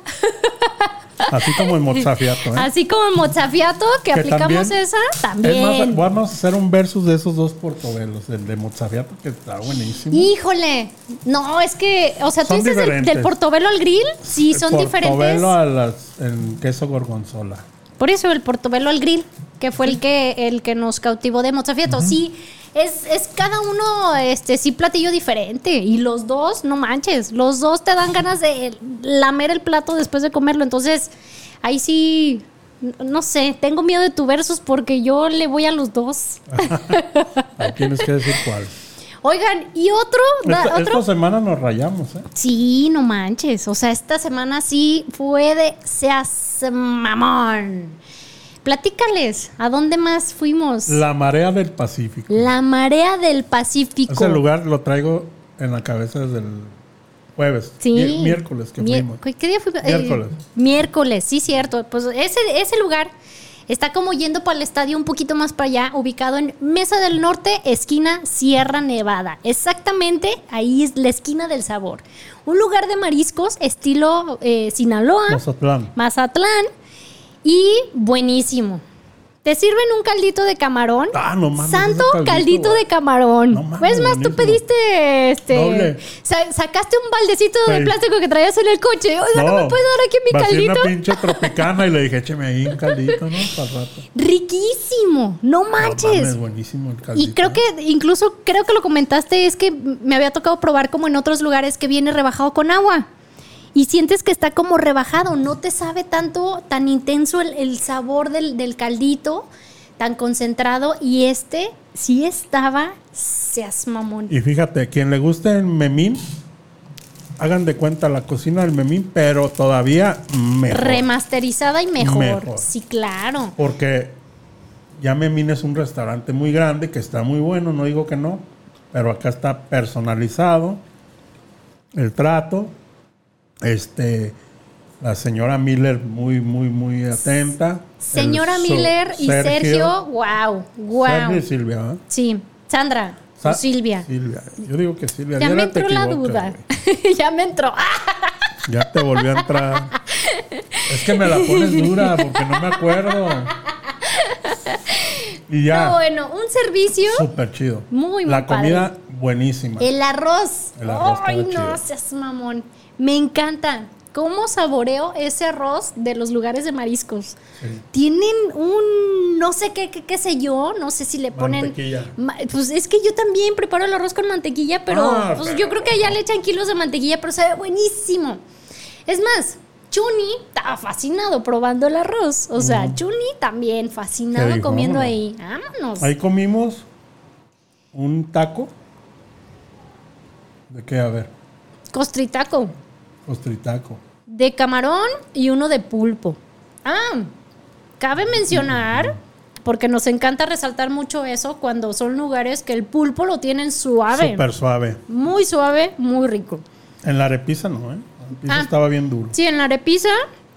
Así como en Mozafiato, [laughs] ¿eh? Así como en Mozafiato, que, Que aplicamos esa, también- Es más, también. vamos a hacer un versus de esos dos portobelos, el de Mozafiato, que está buenísimo. Híjole, no, es que, o sea, tú Son dices del, diferentes. del portobelo al grill, sí, son El diferentes. Portobelo a las, en queso gorgonzola. Por eso el portobelo al grill, que fue el que el que nos cautivó de Mozafiato. Sí, es, es cada uno, este, sí, platillo diferente. Y los dos, no manches, los dos te dan ganas de lamer el plato después de comerlo. Entonces, ahí sí, n- no sé, tengo miedo de tu versus porque yo le voy a los dos. Ahí tienes que decir [laughs] cuál. Oigan, ¿y otro? Da- Esta, ¿Otro? esta semana nos rayamos, ¿eh? Sí, no manches. O sea, esta semana sí fue de seas mamón. Platícales, ¿a dónde más fuimos? La marea del Pacífico. La marea del Pacífico. Ese lugar lo traigo en la cabeza desde el jueves. Sí. mi- Miércoles que Mier- fuimos. ¿Qué- qué día fuimos? El- Miércoles. miércoles, sí, cierto. Pues ese, ese lugar está como yendo para el estadio un poquito más para allá, ubicado en Mesa del Norte, esquina Sierra Nevada. Exactamente ahí es la esquina del sabor. Un lugar de mariscos estilo eh, Sinaloa. Mazatlán. Mazatlán y buenísimo. Te sirven un caldito de camarón. Ah, no mames, Santo ese caldito, caldito, de güey. camarón. No mames, es más, tú buenísimo. pediste este. Doble. sa- sacaste un baldecito de Sí. plástico que traías en el coche. Oiga, no, me puede dar aquí mi vacié caldito. una pinche tropicana y le dije, écheme ahí un caldito, ¿no? Para rato. Riquísimo. No No manches. mames, buenísimo el caldito. ¿eh? y creo que incluso creo que lo comentaste es que me había tocado probar como en otros lugares que viene rebajado con agua. Y sientes que está como rebajado, no te sabe tanto, tan intenso el, el sabor del, del caldito, tan concentrado. Y este sí estaba, seas mamón. Y fíjate, quien le guste el memín, hagan de cuenta la cocina del memín, pero todavía mejor. Remasterizada y mejor. Mejor. Sí, claro. porque ya Memín es un restaurante muy grande que está muy bueno, no digo que no, pero acá está personalizado el trato. Este, la señora Miller muy, muy, muy atenta. Señora El so- Miller y Sergio, wow, wow. Sergio y Silvia, ¿verdad? Sí, Sandra, o Sa- Silvia. Silvia. Yo digo que Silvia. Ya Diana, me te entró la equivocas, duda. [laughs] güey. ya me entró. Ya te volvió a entrar. Es que me la pones dura porque no me acuerdo. Y ya. No, bueno, un servicio. Súper chido. Muy, muy La comida buenísima. El arroz. El arroz Ay, estaba no chido. seas mamón. Me encanta. ¿Cómo saboreo ese arroz de los lugares de mariscos? Tienen un, no sé qué, qué, qué sé yo, no sé si le ponen... Mantequilla. Ma- Pues es que yo también preparo el arroz con mantequilla, pero Ah, pues, pero- yo creo que allá le echan kilos de mantequilla, pero sabe buenísimo. Es más, Chuni estaba fascinado probando el arroz. O sea, Chuni también fascinado dijo, comiendo "Vámonos". ahí. Vámonos. Ahí comimos un taco ¿De qué? A ver. Costritaco. Ostritaco. De camarón y uno de pulpo. Ah, cabe mencionar, porque nos encanta resaltar mucho eso cuando son lugares que el pulpo lo tienen suave. Súper suave. Muy suave, muy rico. En la repisa no, ¿eh? La repisa Ah. estaba bien duro. Sí, en la arepiza,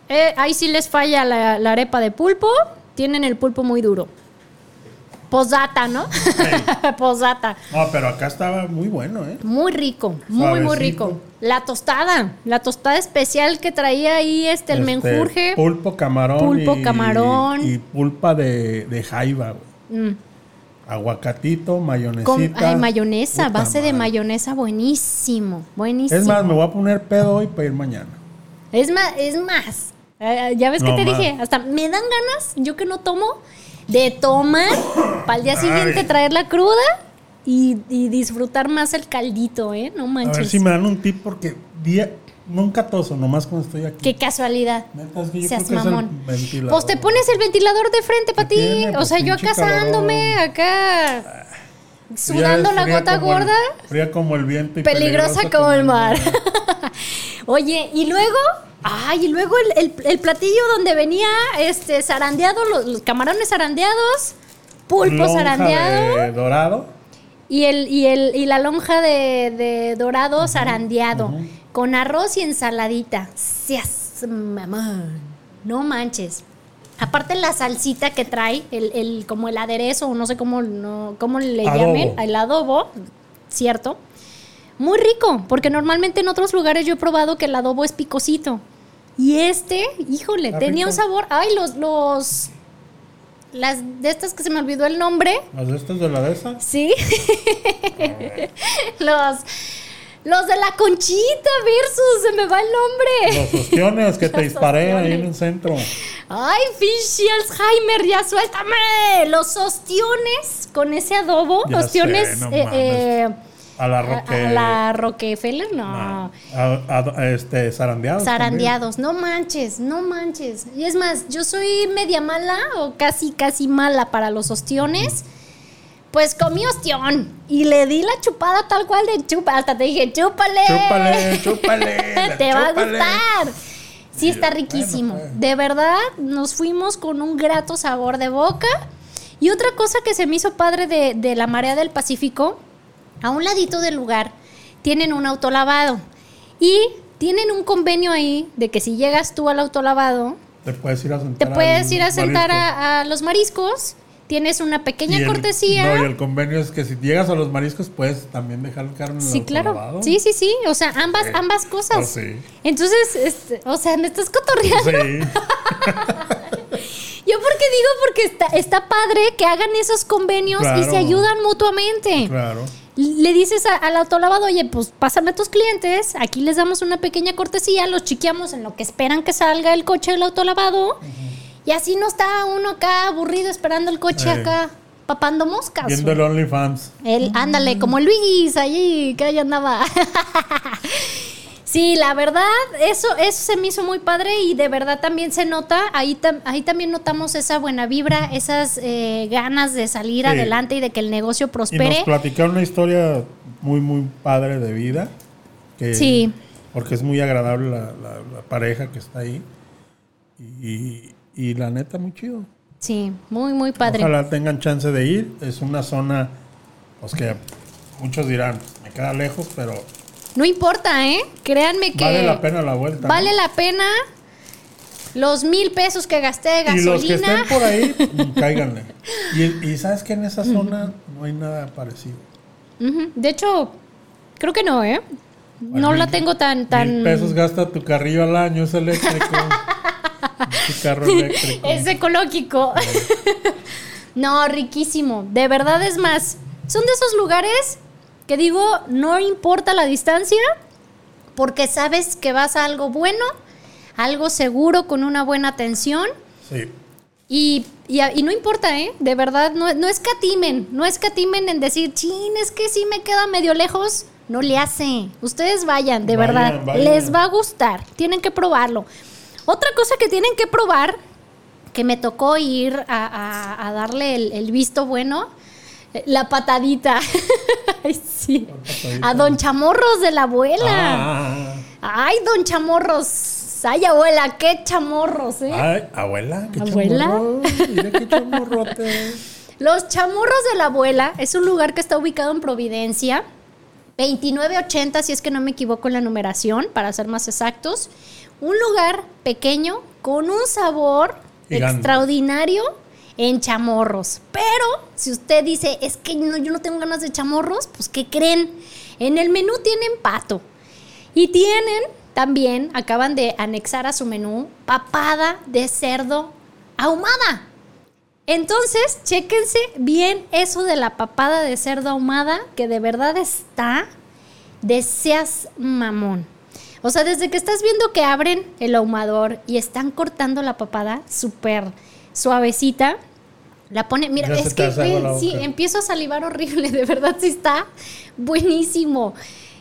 eh, ahí sí les falla la, la arepa de pulpo. Tienen el pulpo muy duro. Posdata, ¿no? [laughs] Posdata. No, pero acá estaba muy bueno, ¿eh? Muy rico, muy, muy Suavecito. rico. La tostada, la tostada especial que traía ahí este, el Este, menjurje. Pulpo, camarón. Pulpo, y, camarón. Y pulpa de, de jaiba, güey. Mm, Aguacatito, mayonesita. con- ay, mayonesa, Puta base de madre. mayonesa, buenísimo, buenísimo. Es más, me voy a poner pedo hoy para ir mañana. Es más, es más. Eh, ya ves No, que te más. dije, hasta me dan ganas, yo que no tomo, de tomar para el día siguiente Ay. traer la cruda y, y disfrutar más el caldito, ¿eh? No A manches. ver si me dan un tip porque día, nunca toso, nomás cuando estoy aquí. Qué casualidad. Neta, es que yo Seas creo que es el mamón. ventilador. Pues te pones el ventilador de frente para ti. tiene? O Pues sea, yo pinche acá sándome, calorón. acá Fría- sudando la fría gota como el- gorda. fría como el viento y Peligrosa como el mar. [laughs] Oye, y luego, ay, y luego el, el- el platillo donde venía este zarandeado, los, los camarones zarandeados, pulpo Lonja zarandeado de dorado. y el, y el, y la lonja de, de dorado zarandeado, con arroz y ensaladita. Seas mamón. No manches. Aparte la salsita que trae, el, el- como el aderezo, o no sé cómo, no, cómo le Adobo. llamen, el adobo, cierto. Muy rico, porque normalmente en otros lugares yo he probado que el adobo es picosito. Y este, híjole, Está tenía un rico. sabor. Ay, los, los. Las de estas que se me olvidó el nombre. ¿Las de estas de la de esas? Sí. [laughs] los, los de la conchita versus, se me va el nombre. Los [laughs] ostiones que te Los disparé ahí en ostiones. el centro. Ay, Fishy Alzheimer, ya suéltame. Los ostiones con ese adobo. Ya sé, ostiones no eh, mames. eh, A la a, roque. a la Rockefeller, no. Ah, a- a- este, zarandeados. Zarandeados, no manches, no manches. Y es más, yo soy media mala o casi, casi mala para los ostiones. Pues comí ostión y le di la chupada tal cual de chupa. Hasta te dije, chúpale. Chúpale, chúpale, [laughs] te va a [laughs] chúpale. gustar. Sí, está riquísimo. bueno, pues. De verdad, nos fuimos con un grato sabor de boca. Y otra cosa que se me hizo padre de, de la marea del Pacífico, a un ladito del lugar, tienen un autolavado. Y tienen un convenio ahí de que si llegas tú al autolavado, Te puedes ir a sentar. te puedes ir a al sentar marisco. a, a los mariscos, tienes una Y pequeña el- cortesía. No, y el convenio es que si llegas a los mariscos, puedes también dejar el carro en el Sí, claro. autolavado. Sí, sí, sí. O sea, ambas, ambas cosas. Pues sí. Entonces, este, o sea, me estás cotorreando. Sí. Yo porque digo, porque está, está padre que hagan esos convenios y Claro. se ayudan mutuamente. [laughs] Claro. Le dices a- al autolavado, oye, pues pásame a tus clientes, aquí les damos una pequeña cortesía, los chiqueamos en lo que esperan que salga el coche del autolavado. Y así no está uno acá aburrido esperando el coche Eh. acá, papando moscas. Viendo el OnlyFans. El, ándale, como el Luigis allí, que ahí andaba. [laughs] Sí, la verdad, eso, eso se me hizo muy padre y de verdad también se nota, ahí, tam- ahí también notamos esa buena vibra, esas eh, ganas de salir Sí. adelante y de que el negocio Y nos prospere. platicaron una historia muy, muy padre de vida. que- Sí. Porque es muy agradable la, la- la pareja que está ahí. Y, y la neta, muy chido. Sí, muy, muy padre. Ojalá tengan chance de ir. Es una zona, pues que muchos dirán, me queda lejos, pero No importa, ¿eh? Créanme que vale la pena la vuelta. ¿no? vale la pena los mil pesos que gasté de Y los que gasolina. estén por ahí, [laughs] mm, cáiganle. Y, y sabes que en esa zona no hay nada parecido. Ujú, De hecho, creo que no, ¿eh? No Mil- la tengo tan, Mil tan... pesos gasta tu carrillo al año, [laughs] es eléctrico. tu carro eléctrico. Es ecológico. [laughs] no, riquísimo. De verdad es más. Son de esos lugares que digo, no importa la distancia, porque sabes que vas a algo bueno, algo seguro, con una buena atención. Sí. Y, y a- y no importa, ¿eh? De verdad, no, no escatimen. No escatimen en decir, chin, es que sí me queda medio lejos. No le hace. Ustedes vayan, de Vayan, verdad. vayan. Les va a gustar. Tienen que probarlo. Otra cosa que tienen que probar, que me tocó ir a, a- a darle el, el visto bueno, eh, la patadita. [laughs] Ay, sí. Sí. A don Chamorros de la abuela. Ah, Ay, don Chamorros. Ay, abuela, qué chamorros, ¿eh? ay, abuela, qué Abuela. chamorro, Mira qué chamorrote. Los Chamorros de la Abuela es un lugar que está ubicado en Providencia. 2980, si es que no me equivoco en la numeración, para ser más exactos. Un lugar pequeño con un sabor Gigante. extraordinario en chamorros. Pero si usted dice, es que no, yo no tengo ganas de chamorros, pues ¿qué creen? En el menú tienen pato. Y tienen también, acaban de anexar a su menú, papada de cerdo ahumada. Entonces, chéquense bien eso de la papada de cerdo ahumada, que de verdad está deseas mamón. O sea, desde que estás viendo que abren el ahumador y están cortando la papada súper suavecita, la ponen, mira, Ya se es te que hace agua güey, la sí, boca. empiezo a salivar horrible, [laughs] de verdad sí está buenísimo.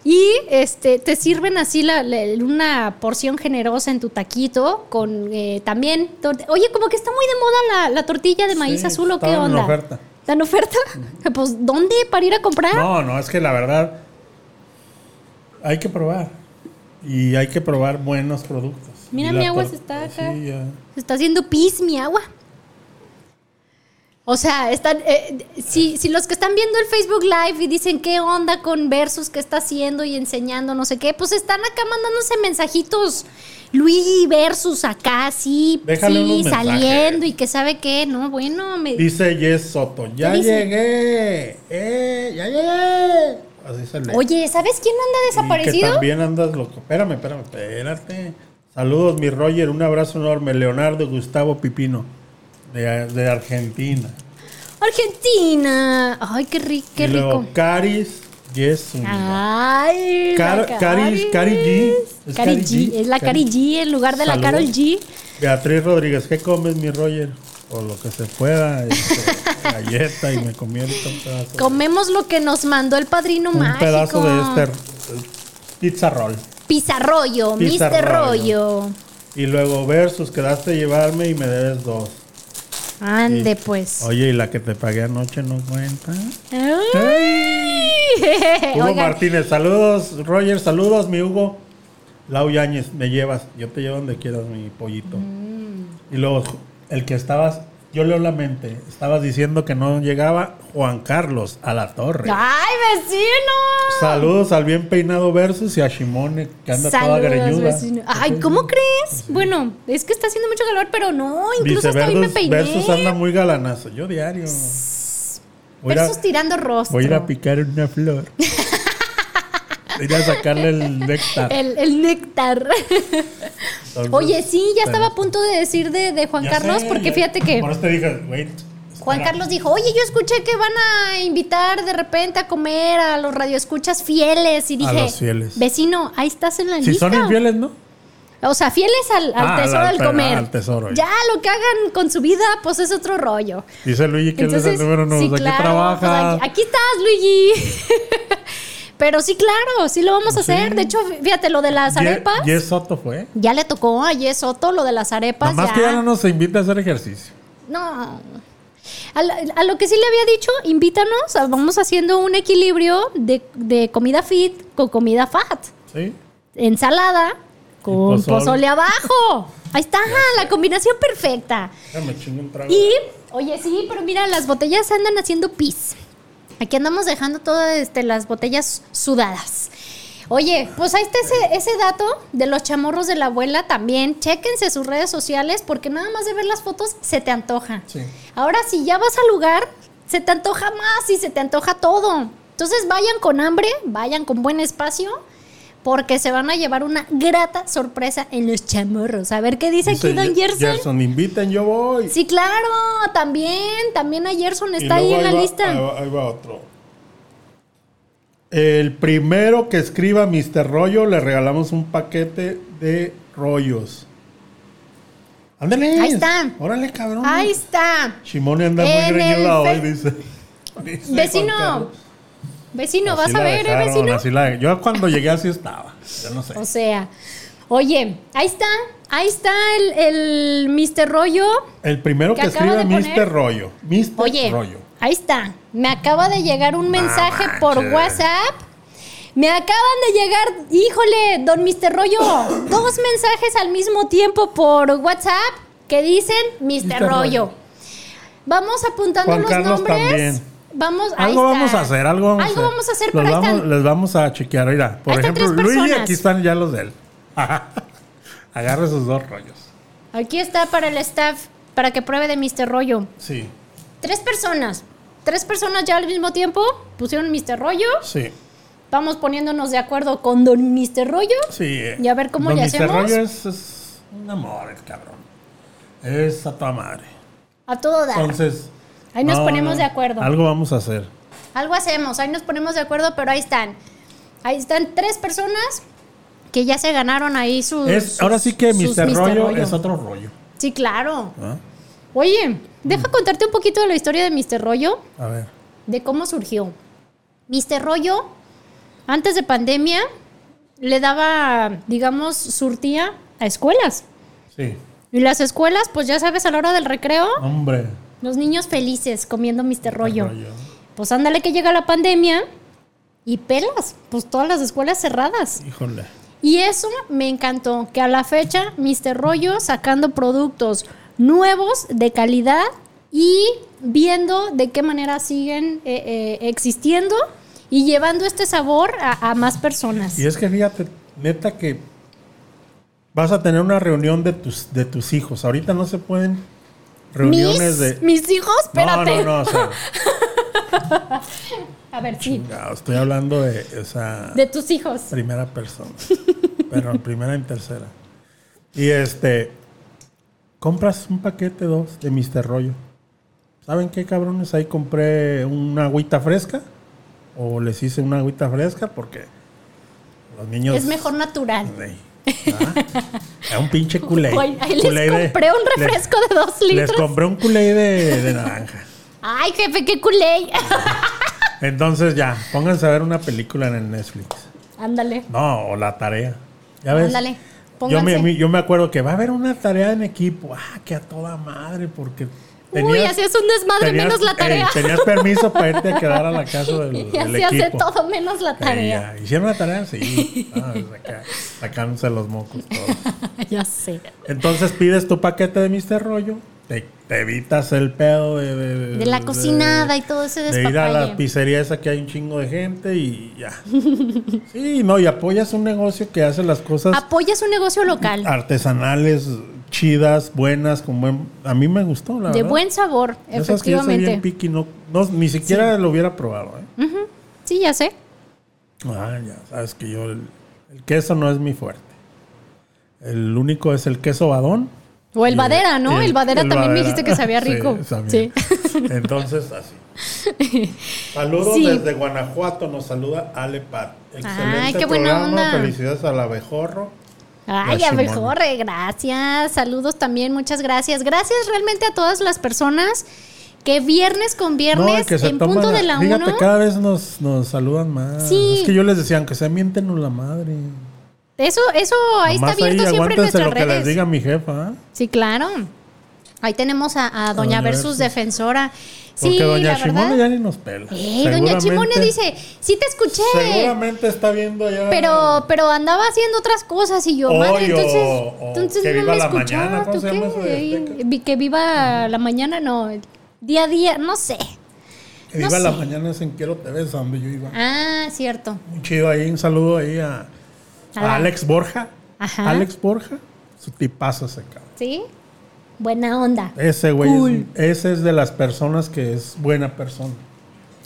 Y este, te sirven así la- la- una porción generosa en tu taquito con eh, también... tor- Oye, como que está muy de moda la, la tortilla de maíz Sí, azul o qué estaba en onda. oferta. ¿Está en oferta? Pues, ¿dónde? ¿Para ir a comprar? No, no, es que la verdad hay que probar. Y hay que probar buenos productos. Mira, Y la mi agua tor- se está acá. Sí, ya. Se está haciendo pis mi agua. O sea, están, eh, si, si los que están viendo el Facebook Live y dicen qué onda con Versus que está haciendo y enseñando, no sé qué, pues están acá mandándose mensajitos. Luigi Versus acá, sí, Déjale sí, unos mensajes. saliendo y que sabe qué, no, bueno, me... Dice Jess Soto, ya ¿Qué dice? llegué. Eh, ya llegué. Así se lee. Oye, ¿sabes quién Y anda que desaparecido? también andas loco. Espérame, espérame, espérate. Saludos, mi Roger. Un abrazo enorme. Leonardo Gustavo Pipino, de, de Argentina. Argentina. Ay, qué, ri- qué y rico. Ah. luego Caris Yes. Unidad. Ay, Car- la Caris- Cari G. Es Es Cari Cari G. G. Es la Cari Cari- G en lugar de la Saludos. Carol G. Beatriz Rodríguez, ¿qué comes, mi Roger? O lo que se pueda. este, [laughs] galleta y me comí ahorita un pedazo. Comemos lo que nos mandó el padrino un mágico. pedazo de este eh, pizza roll. Pizarroyo, Mr. Pizarroyo. Rollo. Y luego versus, quedaste a llevarme y me debes dos. Ande, Y- pues. Oye, ¿y la que te pagué anoche no cuenta? Ay. Hugo Oigan, Martínez, saludos, Roger, saludos, mi Hugo. Lau Yáñez, me llevas, yo te llevo donde quieras, mi pollito. Mm. Y luego, el que estabas, yo leo la mente, estabas diciendo que no llegaba Juan Carlos a la torre. ¡Ay, vecino! Saludos al bien peinado versus y a Shimone, que anda toda Saludos, greñuda. vecino. Ay, ¿cómo crees? Bueno, es que está haciendo mucho calor, pero no, incluso Dice hasta hoy me versus, peiné. versus anda muy galanazo, yo diario. Voy a- Versus tirando rostro. Voy a ir a picar [laughs] una flor. Voy a ir a sacarle el néctar. El, el néctar. Entonces, Oye, sí, ya pero- estaba a punto de decir de, de Juan Ya Carlos, sé, porque ya- fíjate que Por eso te dije, wait. Juan espera. Carlos dijo, oye, yo escuché que van a invitar de repente a comer a los radioescuchas fieles. Y dije, los fieles. vecino, ahí estás en la Si lista. son infieles, ¿no? O sea, fieles al, al Ah, al- tesoro del al- comer. al tesoro, ya. Ya lo que hagan con su vida, pues es otro rollo. Dice Luigi que él es el número uno. Pues, sí, ¿De qué claro, trabaja? pues aquí, aquí estás, Luigi. [laughs] Pero sí, claro, sí lo vamos a Pues Sí. hacer. De hecho, fíjate, lo de las Ye- arepas. Yes Soto fue. Ya le tocó a Yes Soto lo de las arepas. Nomás ya. que ya no nos invita a hacer ejercicio. No. A, la- a lo que sí le había dicho, invítanos, a- vamos haciendo un equilibrio de, de comida fit con comida fat. ¿Sí? Ensalada con pozole, pozole. abajo. Ahí está, la combinación perfecta. Déjame chingo un trago. Y, oye, sí, pero mira, las botellas andan haciendo pis. Aquí andamos dejando todas este, las botellas sudadas. Oye, pues ahí está ese, ese dato de los chamorros de la abuela también. Chéquense sus redes sociales porque nada más de ver las fotos se te antoja. Sí. Ahora si ya vas al lugar, se te antoja más y se te antoja todo. Entonces vayan con hambre, vayan con buen espacio porque se van a llevar una grata sorpresa en los chamorros. A ver qué dice, Dice aquí Don Ye- Gerson. inviten, yo voy. Sí, claro, también, también a Gerson Y está ahí luego en la va- lista. Ahí va, ahí va otro. El primero que escriba Mr. Rollo le regalamos un paquete de rollos. Ándale. Ahí está. Órale, cabrón. Ahí está. Shimone anda En muy greñuda el hoy, fe- dice. Dice Juan [laughs] Vecino, Carlos. vecino, Así vas a la ver, ¿eh, dejaron, vecino? así la- yo cuando llegué así estaba. Yo no sé. O sea, oye, ahí está, ahí está el, el Mr. Rollo. El primero que que, acabo escriba de poner- Mr. Rollo. Mr. Oye, Rollo. Ahí está. Me acaba de llegar un mensaje por manches. WhatsApp. Me acaban de llegar, híjole, don Mr. Rollo, [coughs] dos mensajes al mismo tiempo por WhatsApp que dicen Mr. Rollo. Rollo. Vamos apuntando Juan los Carlos nombres. también. Vamos, ahí Algo está. vamos a hacer, algo vamos Algo a hacer. vamos a hacer, Los pero ahí vamos- están. Les vamos a chequear, mira. Por Ahí están ejemplo, tres Luigi, personas. aquí están ya los de él. [laughs] Agarra esos dos rollos. Aquí está para el staff, para que pruebe de Mr. Rollo. Sí, Tres personas. Tres personas ya al mismo tiempo pusieron Mr. Rollo. sí, Vamos poniéndonos de acuerdo con don Mr. Rollo. sí. eh. Y a ver cómo Don le Mr. hacemos. Rollo es, es un amor, el cabrón. Es a toda madre. A todo dar. Entonces. Ah. Ahí nos ponemos de acuerdo. Algo vamos a hacer. Algo hacemos, ahí nos ponemos de acuerdo, pero ahí están. Ahí están tres personas que ya se ganaron ahí sus. Es, ahora sí que sus Mr. Rollo, es otro rollo. Sí, claro. ¿no? Oye, Mm. deja contarte un poquito de la historia de Mr. Rollo, A ver. de cómo surgió. Mr. Rollo, antes de pandemia, le daba, digamos, surtía a escuelas. Sí. Y las escuelas, pues ya sabes, a la hora del recreo, Hombre. los niños felices comiendo Mr. Rollo. rollo. Pues ándale que llega la pandemia y pelas, pues todas las escuelas cerradas. Híjole. Y eso me encantó, que a la fecha Mr. Rollo sacando productos nuevos de calidad y viendo de qué manera siguen eh, eh, existiendo y llevando este sabor a, a más personas. Y es que fíjate, neta que vas a tener una reunión de tus, de tus hijos. Ahorita no se pueden mis, reuniones de... mis hijos, espérate. No, no, no. [laughs] o sea, A ver, sí. no, estoy hablando de esa De tus hijos. primera [laughs] persona. Pero en primera y tercera. Y este... Compras un paquete dos de Mr. Rollo. ¿Saben qué, cabrones? Ahí compré una agüita fresca. O les hice una agüita fresca porque los niños... Es mejor natural. Sí, ¿verdad? Era Ah, un [laughs] pinche culé. Oye, ahí les compré un refresco de dos Les litros. compré un culé de, de naranja. Ay, jefe, qué culé. [laughs] Entonces ya, pónganse a ver una película en el Netflix. Ándale. No, o la tarea. Ya ves. Ándale, Yo me, pónganse. mi- yo me acuerdo que va a haber una tarea en equipo. Ah, que a toda madre, porque. Uy, hacías un desmadre tenías- menos la eh, tarea. tenías permiso para irte a quedar a la casa [laughs] del, y del así hace equipo. todo menos la tarea. [laughs] Eh, ya. ¿Hicieron la tarea? Sí. Ah, saca- sacándose los mocos todos. ya sé. Entonces pides tu paquete de Mr. Rollo, te, te evitas el pedo de, De la cocinada y todo ese Eh, De ir a la despapalle. pizzería esa que hay un chingo de gente y [laughs] ya. Sí, no, y apoyas un negocio que hace las cosas Apoyas un negocio local Ah, artesanales, chidas, buenas, con buen... A mí me gustó, la de verdad. buen sabor, Ya sabes que yo soy bien efectivamente. picky, no, no, ni siquiera lo hubiera probado. ¿eh? Sí, ya sé. Mm. Ah, ya sabes que yo... El, el queso no es mi fuerte. El único es el queso badón. O el Y Badera, ¿no? El, Badera también me Badera. dijiste que sabía [laughs] Sí, rico. Sí. sabía. Entonces, así. [laughs] Saludos Sí. desde Guanajuato, nos saluda Ale Pat. Excelente Ay, qué buena programa, onda. Felicidades al abejorro. Ay, La a ver, Simone. Jorge, gracias. Saludos también, muchas gracias. Gracias realmente a todas las personas que viernes con el viernes que se en toma punto la- de la Fíjate, 1 cada vez nos, nos saludan más. Sí. Es que yo les decía, aunque sea miéntenos la madre. Eso, eso ahí está Nomás abierto siempre en aguántense nuestras lo que les redes. diga mi jefa. ¿eh? Sí, claro. Ahí tenemos a, a Doña Doña Versus Versus. defensora. Porque Sí, doña la Chimone verdad. ya ni nos pela. Ey, Doña Chimone Seguramente- dice, sí te escuché, Seguramente está viendo allá. pero, pero andaba haciendo otras cosas y yo, Hoy madre, o- entonces, o entonces que no viva me la escuchaste, mañana, ¿cómo ¿o se qué? llama eso de Azteca? Ey, vi- Que viva la mañana, no, el día a día, no sé. Que no iba a la sé. mañana es en Quiero TV, es a donde yo iba. Ah, cierto. Muy chido ahí, un saludo ahí a, A a la- Alex Borja. Ajá. Alex Borja, su tipazo ese cabrón. ¿Sí? Buena onda. Ese güey, es, ese es de las personas que es buena persona.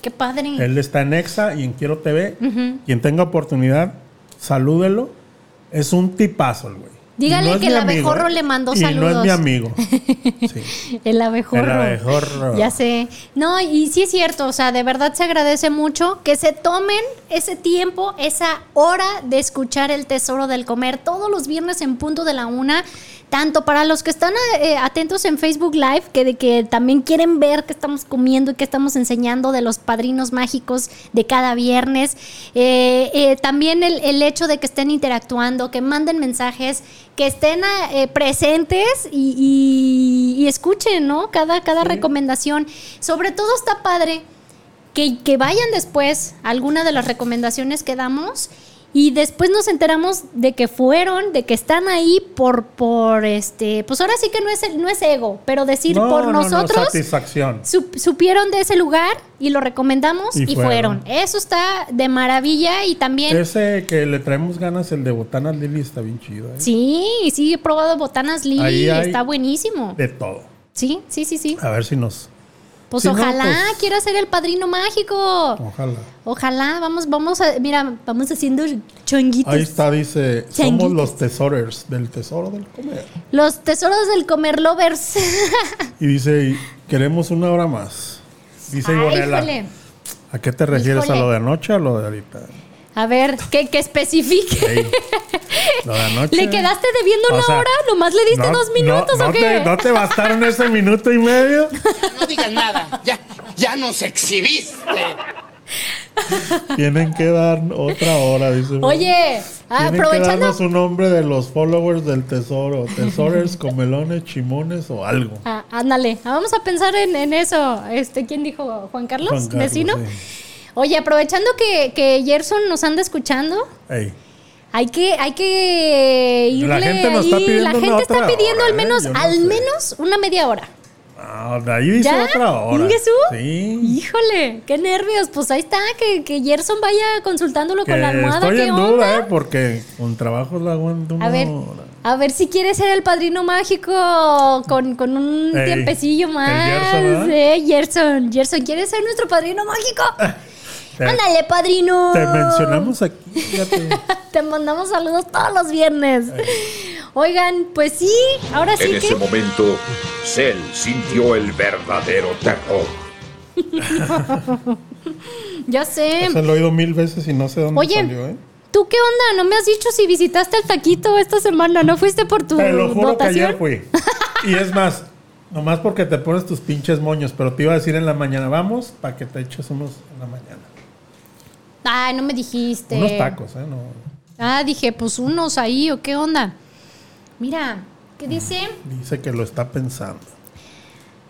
Qué padre. Él está en Exa y en Quiero TV. Quien tenga oportunidad, salúdelo. Es un tipazo el güey. Y Dígale es que mi el amigo, abejorro ¿eh? le mandó y no es saludos. [laughs] mi amigo. Sí. El abejorro. El abejorro. Ya sé. No, y sí es cierto, o sea, de verdad se agradece mucho que se tomen ese tiempo, esa hora de escuchar el tesoro del comer todos los viernes en punto de la una. tanto para los que están eh, atentos en Facebook Live, que, de que también quieren ver qué estamos comiendo y qué estamos enseñando de los padrinos mágicos de cada viernes, eh, eh, también el, el hecho de que estén interactuando, que manden mensajes, que estén eh, presentes y, y- y escuchen, ¿no? Cada, cada recomendación. Sobre todo está padre que, que vayan después a alguna de las recomendaciones que damos y después nos enteramos de que fueron, de que están ahí por, por este, pues ahora sí que no es, el- no es ego, pero decir No, por no, no, nosotros. satisfacción. sup- supieron de ese lugar y lo recomendamos Y y, fueron. fueron. Eso está de maravilla y también... Ese que le traemos ganas, el de Botanas Lili, está bien chido. ¿eh? Sí, sí, he probado botanas Lili, Ahí hay- está buenísimo. De todo. Sí, sí, sí, sí. A ver si nos. Pues si no, ojalá pues- quiera ser el padrino mágico. Ojalá. Ojalá, vamos, vamos a, mira, vamos haciendo chonguitos. Ahí está, dice. Somos Changuitos. los tesorers del tesoro del comer. Los tesoros del comer lovers. Y dice, y queremos una hora más. [laughs] Dice Ay, Ivonela. Ah, híjole. ¿A qué te refieres? Híjole. ¿A lo de anoche o a lo de ahorita? A ver, que, que [laughs] especifique. Ey, lo de anoche. ¿Le quedaste debiendo O una sea, hora? ¿Nomás le diste no- dos no- minutos no o qué? Te, ¿No te bastaron ese minuto [laughs] y medio? No digas nada. Ya, ya nos exhibiste. Tienen que dar otra hora, dice. Oye, ah, Tienen que aprovechando... darnos un nombre de los followers del tesoro. Tesorers, comelones, chimones o algo. Ah, ándale, Ah, vamos a pensar en, en eso. Este, ¿Quién dijo? ¿Juan Carlos? Juan Carlos, ¿Vecino? sí. Oye, aprovechando que, que Gerson nos anda escuchando, Ey, hay que, hay que irle La gente nos ahí. está pidiendo La una gente está otra pidiendo al hora, ¿eh? menos, Yo no al sé. menos una media hora. ah, de ahí dice ¿Ya? otra hora. ¿Inguesú? Sí. Híjole, qué nervios. Pues ahí está, que, que Gerson vaya consultándolo Que con la almohada. estoy ¿Qué en onda? duda, ¿eh? Porque con trabajo la aguanto una A ver, hora. a ver si quiere ser el padrino mágico con, con un Ey, tiempecillo el más. Gerson, ¿verdad? Eh, Gerson, Gerson, ¿quieres ser nuestro padrino mágico? Te- Ándale, padrino. Te mencionamos aquí. fíjate. [laughs] Te mandamos saludos todos los viernes. Oigan, pues sí, ahora sí En que. ese momento, Cell sintió el verdadero terror. [laughs] Ya sé. Eso lo he oído mil veces y no sé dónde Oye, salió, ¿eh? ¿tú qué onda? No me has dicho si visitaste el taquito esta semana. ¿No fuiste por tu Te lo juro que votación? ayer fui. Y es más, nomás porque te pones tus pinches moños, pero te iba a decir en la mañana, vamos, para que te eches unos en la mañana. Ay, Ah, no me dijiste. Unos tacos, ¿eh? No. Ah, dije, pues unos ahí o qué onda. Mira, ¿qué dice? Dice que lo está pensando.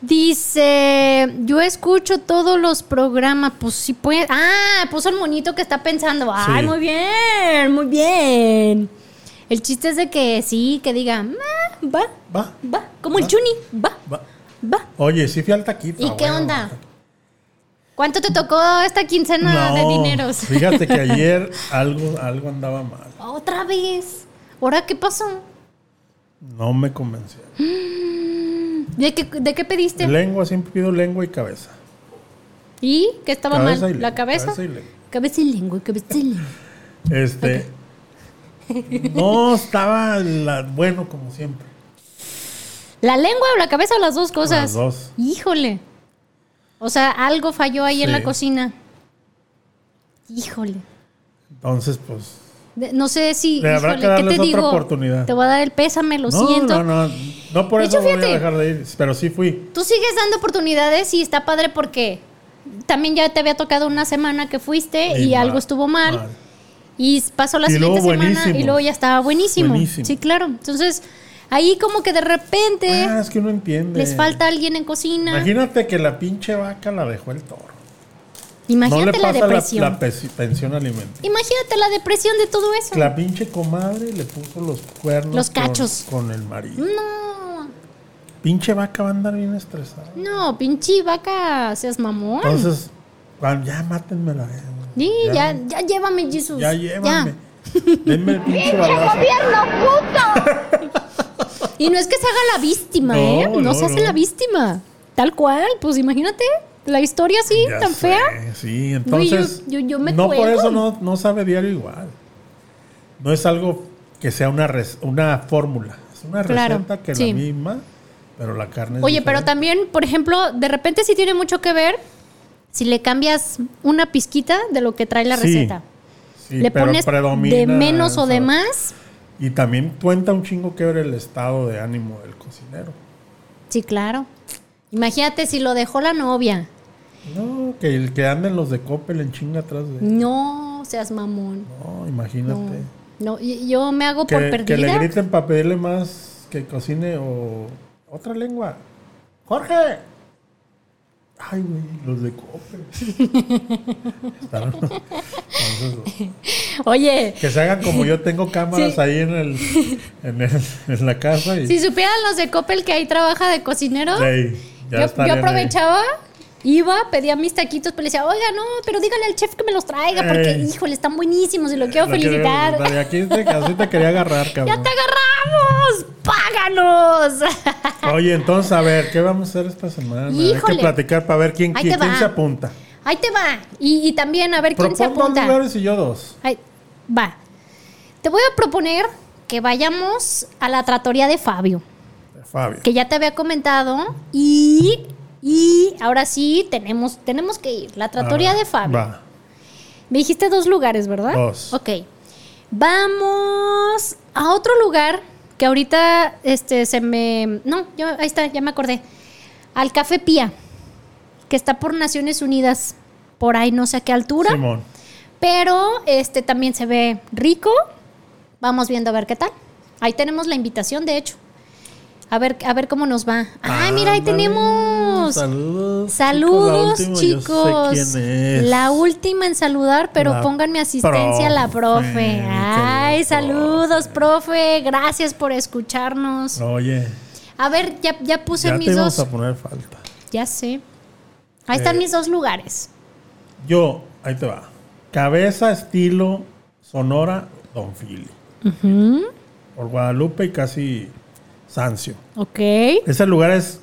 Dice, yo escucho todos los programas, pues sí puede. Ah, puso el moñito que está pensando. Ay, Sí. muy bien, muy bien. El chiste es de que sí, que diga, "Ah, va, Va. va, como el chuni, va, Va. va. Oye, sí fui al taquito. ¿Y ah, qué bueno. onda? ¿Cuánto te tocó esta quincena de No, dineros? Fíjate que ayer algo, algo andaba mal. [laughs] Otra vez. ¿Ahora qué pasó? No me convenció. ¿De qué, de qué pediste? Lengua, siempre pido lengua y cabeza. ¿Y qué estaba Cabeza mal? y ¿La lengua, cabeza? cabeza y lengua. Cabeza y lengua, cabeza y lengua. Este. No estaba la- bueno como siempre. ¿La lengua o la cabeza o las dos cosas? Las dos. Híjole. O sea, algo falló ahí en Sí. la cocina. Híjole. Entonces, pues. De- no sé si. Le habrá híjole, que darles ¿qué te otra digo? oportunidad. Te voy a dar el pésame, lo no, siento. no, no. No por De eso hecho, voy a fíjate. dejar de ir. Pero sí fui. Tú sigues dando oportunidades y está padre porque también ya te había tocado una semana que fuiste Eh, y, mal, algo estuvo mal. Y pasó la Y siguiente luego semana y buenísimo. luego ya estaba buenísimo. Buenísimo. Sí, claro. Entonces, ahí como que de repente Ah, es que uno entiende. les falta alguien en cocina. Imagínate que la pinche vaca la dejó el toro. Imagínate no le la pasa la, depresión. la pesi- pensión alimenticia. Imagínate la depresión de todo eso. La pinche comadre le puso los cuernos Los con- cachos. con, el marido. No, Pinche vaca va a andar bien estresada. no, pinche vaca, seas mamón. Entonces, cuan- ya eh, mátenme la verga. Sí, ya, pues, ya llévame, Jesús. Ya llévame. Denme el pinche balazo. [laughs] Y no es que se haga la víctima, No, ¿eh? No, no, se hace no. la víctima. Tal cual, pues imagínate. La historia así, Ya tan sé, fea. Sí, entonces. yo- yo me no por cuelgo. eso no, no sabe diario igual. No es algo que sea una, rec- una fórmula. Es una Claro, receta que sí. la misma, pero la carne es Oye, pero diferente. también, por ejemplo, de repente sí tiene mucho que ver si le cambias una pizquita de lo que trae la Sí, receta. Sí, le pero pones de predomina menos o de eso. más Y también cuenta un chingo que ver el estado de ánimo del cocinero. Sí, claro. Imagínate si lo dejó la novia. No, que el que anden los de Coppel en chinga atrás de. No seas mamón. No, No. imagínate. No, y- yo me hago por Que, que le perdida. griten para pedirle más que cocine o otra lengua. ¡Jorge! Ay, güey, los de Coppel. Están- [laughs] Entonces, Oye, que se hagan como yo tengo cámaras ahí en, el, en, el- en la casa y. si supieran los de Coppel que ahí trabaja de cocinero, Ey, ya yo, yo estarían ahí. aprovechaba, iba, pedía mis taquitos, pero le decía, oiga, no, pero dígale al chef que me los traiga, porque, Ey. híjole, están buenísimos y lo quiero Eh. Lo quiero felicitar. felicitar. Y aquí te, así te quería agarrar, ¡Ya cabrón. te agarramos! ¡Páganos! [laughs] Oye, entonces, a ver, ¿qué vamos a hacer esta semana? Hay Híjole. que platicar para ver quién, Ahí quién, te va. quién se apunta. Ahí te va. Y, y también, a ver, ¿quién se Propongo dos apunta? lugares y yo dos. Ay, va. Te voy a proponer que vayamos a la tratoría de Fabio, Fabio. que ya te había comentado. Y, y ahora sí, tenemos, tenemos que ir. La tratoría Ah, de Fabio. Va. Me dijiste dos lugares, ¿verdad? Dos. Ok. Vamos a otro lugar que ahorita este, se me... No, yo, ahí está, ya me acordé. Al Café Pía, que está por Naciones Unidas, por ahí no sé a qué altura. Simón. Pero este también se ve rico. Vamos viendo a ver qué tal. Ahí tenemos la invitación, de hecho. A ver, a ver cómo nos va. ¡Ay, mira, ahí Ándale. tenemos! Saludos. Saludos, chicos. chicos. La última, yo sé quién es. La última en saludar, pero La pónganme asistencia a la profe, profe. mi Ay, querida saludos, profe. Gracias por escucharnos. Oye, A ver, ya, ya puse ya te mis íbamos dos. a poner falta. Ya sé. Ahí están Eh. mis dos lugares. Yo, ahí te va. Cabeza, estilo, sonora, Don Philly. Por Guadalupe y casi Sancio. Ok. Ese lugar es